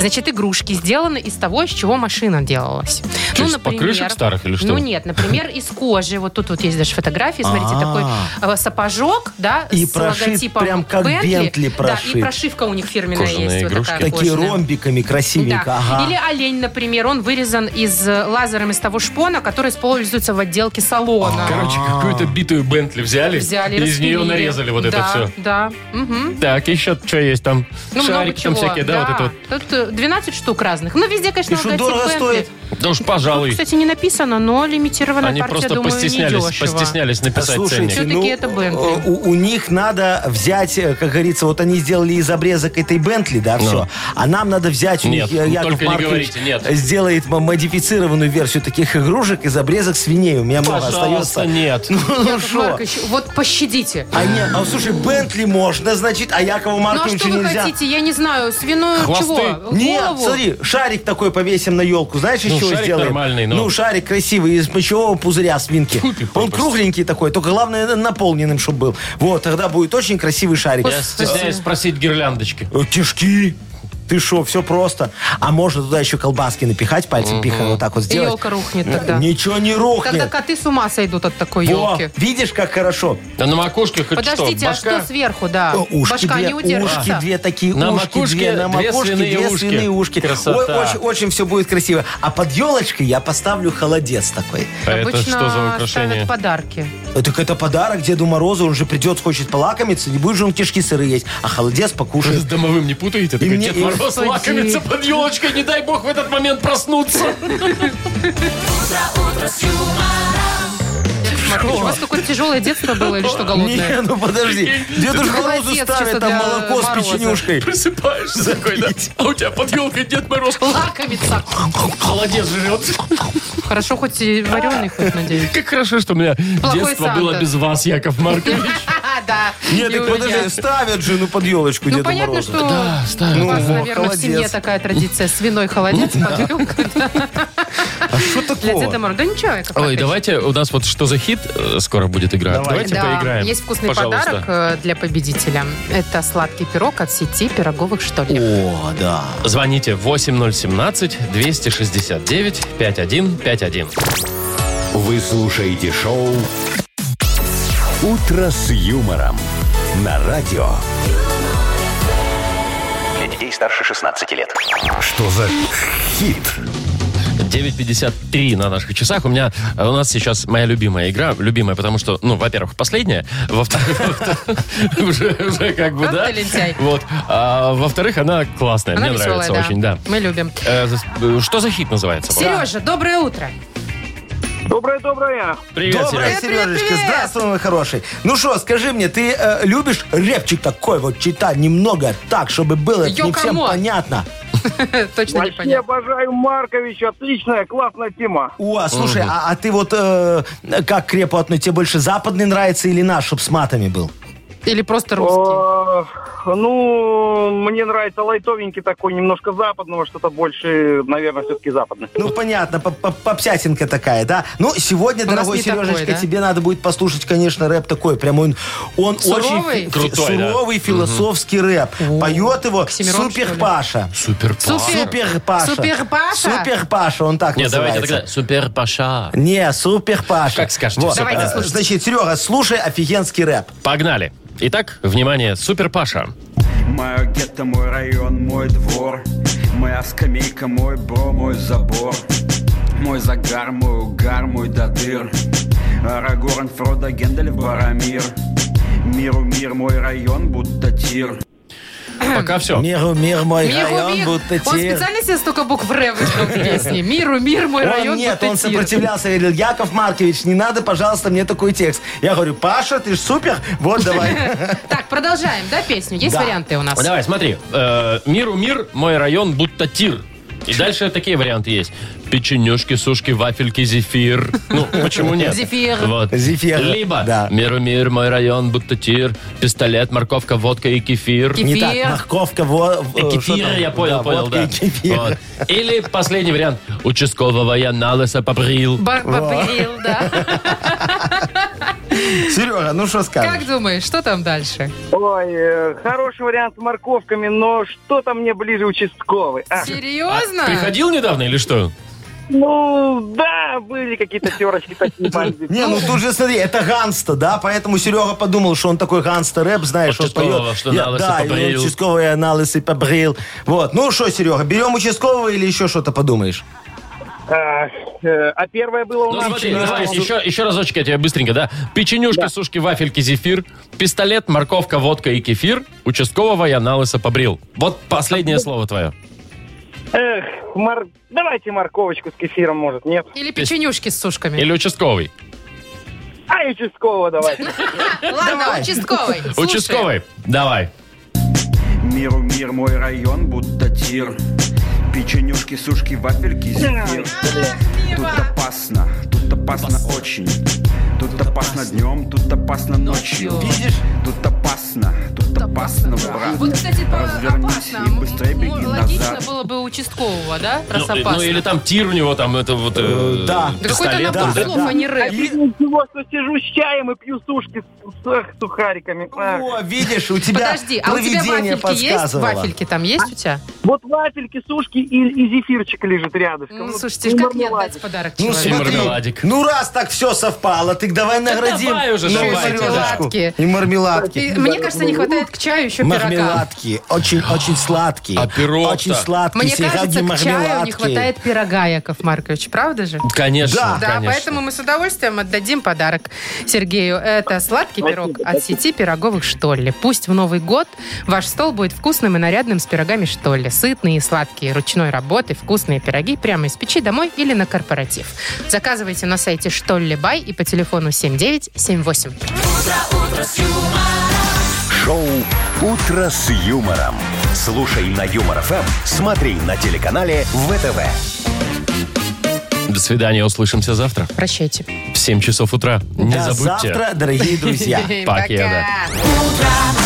[SPEAKER 3] Значит, игрушки сделаны из того, из чего машина делалась.
[SPEAKER 2] Что, из покрышек старых или что?
[SPEAKER 3] Ну нет, например, из кожи. Вот тут вот есть даже фотографии. Смотрите, такой э, сапожок, да,
[SPEAKER 4] И
[SPEAKER 3] с
[SPEAKER 4] прошит
[SPEAKER 3] логотипом
[SPEAKER 4] прям как Бентли
[SPEAKER 3] Да, и
[SPEAKER 4] прошит.
[SPEAKER 3] прошивка у них фирменная
[SPEAKER 2] Кожаные
[SPEAKER 3] есть.
[SPEAKER 2] игрушки.
[SPEAKER 3] Вот такая
[SPEAKER 4] Такие
[SPEAKER 3] кожаная.
[SPEAKER 4] ромбиками красивенько.
[SPEAKER 3] Да.
[SPEAKER 4] Ага.
[SPEAKER 3] Или олень, например, он вырезан из э, лазером из того шпона, который используется в отделке салона.
[SPEAKER 2] Короче, какую-то битую Бентли взяли, и
[SPEAKER 3] Взяли,
[SPEAKER 2] из нее
[SPEAKER 3] распилили.
[SPEAKER 2] нарезали вот это
[SPEAKER 3] Да,
[SPEAKER 2] все.
[SPEAKER 3] Да, Мгм.
[SPEAKER 2] Так, еще что есть там?
[SPEAKER 3] Ну, много
[SPEAKER 2] Шарики
[SPEAKER 3] чего.
[SPEAKER 2] там всякие, да, вот это вот.
[SPEAKER 3] Тут э, 12 штук разных. Ну, везде, конечно,
[SPEAKER 4] И что,
[SPEAKER 3] логотип
[SPEAKER 4] дорого
[SPEAKER 3] Bentley.
[SPEAKER 4] стоит?
[SPEAKER 2] Да уж, пожалуй.
[SPEAKER 3] Ну, Кстати, не написано, но лимитированная
[SPEAKER 2] Они
[SPEAKER 3] партия,
[SPEAKER 2] просто
[SPEAKER 3] думаю,
[SPEAKER 2] постеснялись,
[SPEAKER 3] недешево.
[SPEAKER 2] постеснялись написать
[SPEAKER 4] Слушайте,
[SPEAKER 2] ценник.
[SPEAKER 3] Всё-таки
[SPEAKER 4] ну,
[SPEAKER 3] это Бентли.
[SPEAKER 4] э, У, у них надо взять, э, как говорится, вот они сделали из обрезок этой Бентли, да, все. А нам надо взять у
[SPEAKER 2] Нет,
[SPEAKER 4] них, э,
[SPEAKER 2] ну,
[SPEAKER 4] Яков
[SPEAKER 2] только не
[SPEAKER 4] Маркович
[SPEAKER 2] говорите, нет.
[SPEAKER 4] сделает м- модифицированную версию таких игрушек из обрезок свиней. У меня много
[SPEAKER 2] Пожалуйста,
[SPEAKER 4] остается.
[SPEAKER 2] нет.
[SPEAKER 4] (laughs) Ну
[SPEAKER 3] Яков
[SPEAKER 4] что?
[SPEAKER 3] Маркович, вот пощадите.
[SPEAKER 4] А, не, а слушай, Бентли можно, значит, а Якову
[SPEAKER 3] Ну, а что
[SPEAKER 4] Марковичу
[SPEAKER 3] вы
[SPEAKER 4] нельзя.
[SPEAKER 3] хотите? Я не знаю, свиную
[SPEAKER 2] Хвосты?
[SPEAKER 3] чего?
[SPEAKER 4] Нет,
[SPEAKER 3] Голову?
[SPEAKER 4] смотри, шарик такой повесим на елку. Знаешь, из
[SPEAKER 2] Ну,
[SPEAKER 4] чего
[SPEAKER 2] шарик
[SPEAKER 4] сделаем?
[SPEAKER 2] нормальный, но-
[SPEAKER 4] Ну, шарик красивый, из мочевого пузыря свинки.
[SPEAKER 2] Фу ты,
[SPEAKER 4] Он
[SPEAKER 2] попросту.
[SPEAKER 4] кругленький такой, только главное наполненным, чтобы был. Вот, тогда будет очень красивый шарик.
[SPEAKER 2] Я стесняюсь спросить гирляндочки.
[SPEAKER 4] Э, Кишки! Ты шо, все просто. А можно туда еще колбаски напихать, пальцем пихать, вот так вот сделать.
[SPEAKER 3] Елка рухнет тогда.
[SPEAKER 4] Ничего не
[SPEAKER 3] Когда
[SPEAKER 4] рухнет.
[SPEAKER 3] коты с ума сойдут от такой
[SPEAKER 4] Во,
[SPEAKER 3] елки.
[SPEAKER 4] видишь, как хорошо.
[SPEAKER 2] Да на макушке хоть
[SPEAKER 3] Подождите,
[SPEAKER 2] что,
[SPEAKER 3] а
[SPEAKER 2] башка?
[SPEAKER 3] что сверху, да?
[SPEAKER 4] О, Ушки
[SPEAKER 3] А, Башка
[SPEAKER 4] две,
[SPEAKER 3] не удержится.
[SPEAKER 4] ушки две такие,
[SPEAKER 2] На
[SPEAKER 4] ушки
[SPEAKER 2] макушке
[SPEAKER 4] две, на
[SPEAKER 2] две
[SPEAKER 4] макушке
[SPEAKER 2] свиные
[SPEAKER 4] две
[SPEAKER 2] ушки.
[SPEAKER 4] свиные ушки.
[SPEAKER 2] Красота.
[SPEAKER 4] Ой, очень, все будет красиво. А под елочкой я поставлю холодец такой.
[SPEAKER 2] А это
[SPEAKER 3] Обычно
[SPEAKER 2] что за украшение?
[SPEAKER 3] ставят подарки.
[SPEAKER 4] Э, Так это подарок Деду Морозу, он же придет, хочет полакомиться, не будет же он кишки сырые есть, а холодец
[SPEAKER 2] С
[SPEAKER 4] покушает.
[SPEAKER 2] домовым не путаете? Такой
[SPEAKER 4] мне-
[SPEAKER 2] Дед Мороз
[SPEAKER 3] Господи.
[SPEAKER 2] лакомится под елочкой, не дай бог в этот момент проснуться.
[SPEAKER 3] Маркович, у вас какое-то тяжелое детство было или что, голодное?
[SPEAKER 4] Не, ну подожди. Дедушку
[SPEAKER 3] Холодец
[SPEAKER 4] Морозу ставят
[SPEAKER 3] чисто
[SPEAKER 4] там
[SPEAKER 3] для
[SPEAKER 4] молоко с
[SPEAKER 3] Мороза.
[SPEAKER 4] печенюшкой.
[SPEAKER 2] Просыпаешься такой, да? А у тебя под елкой Дед Мороз
[SPEAKER 3] Лакомиться.
[SPEAKER 2] холодец жрет.
[SPEAKER 3] Хорошо, хоть и вареный, хоть,
[SPEAKER 4] (laughs)
[SPEAKER 3] надеюсь.
[SPEAKER 2] Как хорошо, что у меня
[SPEAKER 3] Плохой
[SPEAKER 2] детство
[SPEAKER 3] Санта.
[SPEAKER 2] было без вас, Яков
[SPEAKER 3] (laughs)
[SPEAKER 2] Маркович.
[SPEAKER 3] Да.
[SPEAKER 4] Нет,
[SPEAKER 3] и
[SPEAKER 4] так
[SPEAKER 3] у
[SPEAKER 4] подожди,
[SPEAKER 3] меня.
[SPEAKER 4] ставят же, ну под елочку
[SPEAKER 3] Ну,
[SPEAKER 4] Деду
[SPEAKER 3] понятно,
[SPEAKER 4] Морозу.
[SPEAKER 3] что у вас, наверное, в
[SPEAKER 4] холодец.
[SPEAKER 3] семье такая традиция. Свиной холодец под (laughs) елкой
[SPEAKER 4] А что
[SPEAKER 3] для Деда
[SPEAKER 4] такого?
[SPEAKER 3] Мороза. Да ничего, Яков
[SPEAKER 2] Ой,
[SPEAKER 3] Маркович.
[SPEAKER 2] давайте, у нас вот что за хит э, скоро будет игра. Давайте,
[SPEAKER 4] Давайте.
[SPEAKER 3] Да,
[SPEAKER 2] поиграем.
[SPEAKER 3] есть вкусный
[SPEAKER 2] Пожалуйста.
[SPEAKER 3] подарок э, для победителя. Это сладкий пирог от сети пироговых что ли.
[SPEAKER 4] О, да.
[SPEAKER 2] Звоните 8017-269-5151.
[SPEAKER 1] Вы слушаете шоу «Утро с юмором» на радио.
[SPEAKER 6] Для детей старше 16 лет.
[SPEAKER 1] Что за хит?
[SPEAKER 2] 9.53 на наших часах. У меня, э, у нас сейчас моя любимая игра. Любимая, потому что, ну, во-первых, последняя. Во-вторых, (laughs) уже уже как бы,
[SPEAKER 3] Вот
[SPEAKER 2] да?
[SPEAKER 3] ты лентяй.
[SPEAKER 2] Вот. А Во-вторых, она классная.
[SPEAKER 3] Она
[SPEAKER 2] Мне нравится
[SPEAKER 3] веселая,
[SPEAKER 2] очень, да.
[SPEAKER 3] Мы любим.
[SPEAKER 2] Э, за- э, Что за хит называется?
[SPEAKER 3] Сережа, доброе утро. (laughs)
[SPEAKER 7] Доброе-доброе.
[SPEAKER 2] Привет,
[SPEAKER 4] Доброе,
[SPEAKER 2] Сереж.
[SPEAKER 4] Сережечка.
[SPEAKER 3] привет.
[SPEAKER 4] Здравствуй, мой хороший. Ну что, скажи мне, ты э, любишь рэпчик такой вот читать немного так, чтобы было не всем
[SPEAKER 3] Йокомо.
[SPEAKER 4] понятно?
[SPEAKER 3] Точно не понятно.
[SPEAKER 7] обожаю Марковича. Отличная, классная тема.
[SPEAKER 4] О, слушай, а, а ты вот э, как к репу относишься? Тебе больше западный нравится или наш, чтоб с матами был?
[SPEAKER 3] Или просто русский.
[SPEAKER 5] А,
[SPEAKER 7] Э, Ну, мне нравится лайтовенький такой, немножко западного, что-то больше, наверное, все-таки западный.
[SPEAKER 4] Ну, понятно, поп- поп- попсятинка такая, да? Ну, сегодня,
[SPEAKER 3] У нас
[SPEAKER 4] дорогой
[SPEAKER 3] не такой,
[SPEAKER 4] Сережечка,
[SPEAKER 3] да?
[SPEAKER 4] тебе надо будет послушать, конечно, рэп такой. Прям он, он
[SPEAKER 3] Суровый?
[SPEAKER 4] очень фи-
[SPEAKER 2] Крутой, да.
[SPEAKER 4] суровый философский рэп. Поет его
[SPEAKER 3] Оксимирон, что
[SPEAKER 4] Супер
[SPEAKER 3] ли?
[SPEAKER 4] Паша.
[SPEAKER 2] Супер
[SPEAKER 3] Супер.
[SPEAKER 4] Супер Паша.
[SPEAKER 3] Супер Паша?
[SPEAKER 4] Супер Паша, он так
[SPEAKER 2] Не, давайте
[SPEAKER 4] называется.
[SPEAKER 2] тогда. Супер Паша.
[SPEAKER 4] Не, супер Паша.
[SPEAKER 2] Как скажете,
[SPEAKER 4] Вот.
[SPEAKER 2] Давайте
[SPEAKER 4] Э,
[SPEAKER 3] слушать.
[SPEAKER 4] Значит, Серега, слушай офигенский рэп.
[SPEAKER 2] Погнали. Итак, внимание, Супер Паша.
[SPEAKER 8] Мое гетто, мой район, мой двор Моя скамейка, мой бро, мой забор Мой загар, мой угар, мой додыр Арагорн, Фродо, Гендель, Барамир Миру мир, мой район, будто тир
[SPEAKER 2] Пока все.
[SPEAKER 4] Миру, мир, мой
[SPEAKER 3] Миру
[SPEAKER 4] район,
[SPEAKER 3] мир.
[SPEAKER 4] будто
[SPEAKER 3] Он
[SPEAKER 4] тир.
[SPEAKER 3] специально себе столько букв «Р» выбрал в песне. Миру, мир, мой
[SPEAKER 4] Он-
[SPEAKER 3] район,
[SPEAKER 4] нет,
[SPEAKER 3] будто
[SPEAKER 4] он
[SPEAKER 3] тир.
[SPEAKER 4] сопротивлялся, говорил, Яков Маркович, не надо, пожалуйста, мне такой текст. Я говорю, Паша, ты ж супер, вот
[SPEAKER 3] (laughs)
[SPEAKER 4] давай.
[SPEAKER 3] Так, продолжаем, да, песню? Есть
[SPEAKER 4] Да.
[SPEAKER 3] варианты у нас?
[SPEAKER 2] Давай, смотри. Э, миру мир, мой район будто тир. И дальше такие варианты есть. Печенюшки, сушки, вафельки, зефир. Ну, почему нет?
[SPEAKER 3] Зефир.
[SPEAKER 2] Вот.
[SPEAKER 4] Зефир,
[SPEAKER 2] Либо
[SPEAKER 4] да.
[SPEAKER 2] миру мир, мой район будто тир. Пистолет, морковка, водка и кефир.
[SPEAKER 3] Кефир.
[SPEAKER 4] Не так, морковка, во-
[SPEAKER 2] Э,
[SPEAKER 4] э, что
[SPEAKER 2] Кефир,
[SPEAKER 4] там?
[SPEAKER 2] я понял,
[SPEAKER 4] Да,
[SPEAKER 2] понял,
[SPEAKER 4] водка
[SPEAKER 2] да.
[SPEAKER 4] и кефир.
[SPEAKER 2] Вот. Или последний вариант. Участкового я на лысо побрил.
[SPEAKER 3] Ба- ба- Бабрил, да.
[SPEAKER 4] Серега, ну что
[SPEAKER 3] Как
[SPEAKER 4] скажешь?
[SPEAKER 3] думаешь, что там дальше?
[SPEAKER 7] Ой, э, хороший вариант с морковками, но что-то мне ближе участковый. А,
[SPEAKER 3] Серьезно?
[SPEAKER 2] А, приходил недавно или что?
[SPEAKER 7] ну, да, были какие-то терочки такие бандиты.
[SPEAKER 4] Не, ну тут же смотри, это ганста, да, поэтому Серега подумал, что он такой ганста рэп, знаешь, он
[SPEAKER 2] Участкового,
[SPEAKER 4] поет.
[SPEAKER 2] что
[SPEAKER 4] Я-
[SPEAKER 2] на лысо
[SPEAKER 4] да, и
[SPEAKER 2] побрил.
[SPEAKER 4] он участковый анализы побрил. Вот, ну что, Серега, берем участкового или еще что-то подумаешь?
[SPEAKER 7] А, э, а первое было у
[SPEAKER 2] Ну
[SPEAKER 7] нас...
[SPEAKER 2] смотри,
[SPEAKER 7] э,
[SPEAKER 2] давай, еще, еще разочек я тебя быстренько, да. Печенюшки, сушки, вафельки, зефир, пистолет, морковка, водка и кефир. Участкового я на лысо побрил. Вот последнее слово твое.
[SPEAKER 4] Ну.
[SPEAKER 7] Эх, мор- давайте морковочку с кефиром, может, нет?
[SPEAKER 3] Или печенюшки с сушками?
[SPEAKER 2] Или участковый.
[SPEAKER 7] А и участкового давайте.
[SPEAKER 3] Ладно, участковый. слушаем.
[SPEAKER 2] Участковый, давай.
[SPEAKER 8] Миру мир мой район будто тир Печенюшки, сушки, вафельки, зефир Тут опасно, тут опасно очень Тут опасно днем, тут опасно ночью Видишь? Тут опасно, тут опасно, брат
[SPEAKER 3] Вот, кстати, это
[SPEAKER 8] Развернись
[SPEAKER 3] опасно.
[SPEAKER 8] и быстрее
[SPEAKER 3] М-
[SPEAKER 8] беги
[SPEAKER 3] м- Логично
[SPEAKER 8] назад
[SPEAKER 3] было бы участкового, да? Раз
[SPEAKER 2] Ну, э,
[SPEAKER 3] опасно.
[SPEAKER 2] ну, или там тир у него, там это вот... э,
[SPEAKER 4] да.
[SPEAKER 3] Да какой-то
[SPEAKER 2] пистолет,
[SPEAKER 4] там,
[SPEAKER 3] набор
[SPEAKER 4] да,
[SPEAKER 3] слов,
[SPEAKER 4] да.
[SPEAKER 3] а не рэп.
[SPEAKER 7] Ничего, что сижу с чаем и пью сушки с- с эх, сухариками. Эх.
[SPEAKER 4] О, видишь, у тебя
[SPEAKER 3] Подожди, а у тебя
[SPEAKER 4] провидение
[SPEAKER 3] вафельки есть?
[SPEAKER 4] подсказывало.
[SPEAKER 3] Вафельки там есть у тебя?
[SPEAKER 7] Вот вафельки, сушки и, и зефирчик лежит рядышком.
[SPEAKER 3] Ну,
[SPEAKER 7] Вот
[SPEAKER 3] слушайте, ж как не
[SPEAKER 7] мармеладик.
[SPEAKER 3] отдать подарок
[SPEAKER 4] Ну
[SPEAKER 2] И
[SPEAKER 3] человеку?
[SPEAKER 4] смотри,
[SPEAKER 2] мармеладик.
[SPEAKER 4] ну раз так все совпало, так давай наградим.
[SPEAKER 2] давай уже,
[SPEAKER 4] Ну,
[SPEAKER 2] давайте,
[SPEAKER 4] Сережечку.
[SPEAKER 3] Мармеладки.
[SPEAKER 4] И мармеладки.
[SPEAKER 3] И Мне кажется, не хватает к чаю еще пирога.
[SPEAKER 4] Мармеладки. Очень, очень сладкие.
[SPEAKER 2] А пирог-то?
[SPEAKER 4] Очень сладкие.
[SPEAKER 3] Мне
[SPEAKER 4] Сереги
[SPEAKER 3] кажется, к чаю не
[SPEAKER 4] мармеладки.
[SPEAKER 3] хватает пирога, Яков Маркович, правда же?
[SPEAKER 2] Конечно,
[SPEAKER 4] Да.
[SPEAKER 3] Да,
[SPEAKER 2] А, конечно.
[SPEAKER 3] поэтому мы с удовольствием отдадим подарок Сергею. Это сладкий пирог от сети пироговых Штолли. Пусть в Новый год ваш стол будет вкусным и нарядным с пирогами Штолли. Сытные и сладкие, ручной работы, вкусные пироги прямо из печи домой или на корпоратив. Заказывайте на сайте Штолли Бай и по телефону 7978.
[SPEAKER 1] Шоу «Утро с юмором». Слушай на Юмор ФМ, смотри на телеканале ВТВ.
[SPEAKER 2] До свидания, услышимся завтра
[SPEAKER 3] Прощайте.
[SPEAKER 2] в 7 часов утра. Не
[SPEAKER 4] До
[SPEAKER 2] забудьте.
[SPEAKER 4] завтра, дорогие друзья.
[SPEAKER 2] Пока.
[SPEAKER 3] Пока.
[SPEAKER 2] да.
[SPEAKER 9] Утро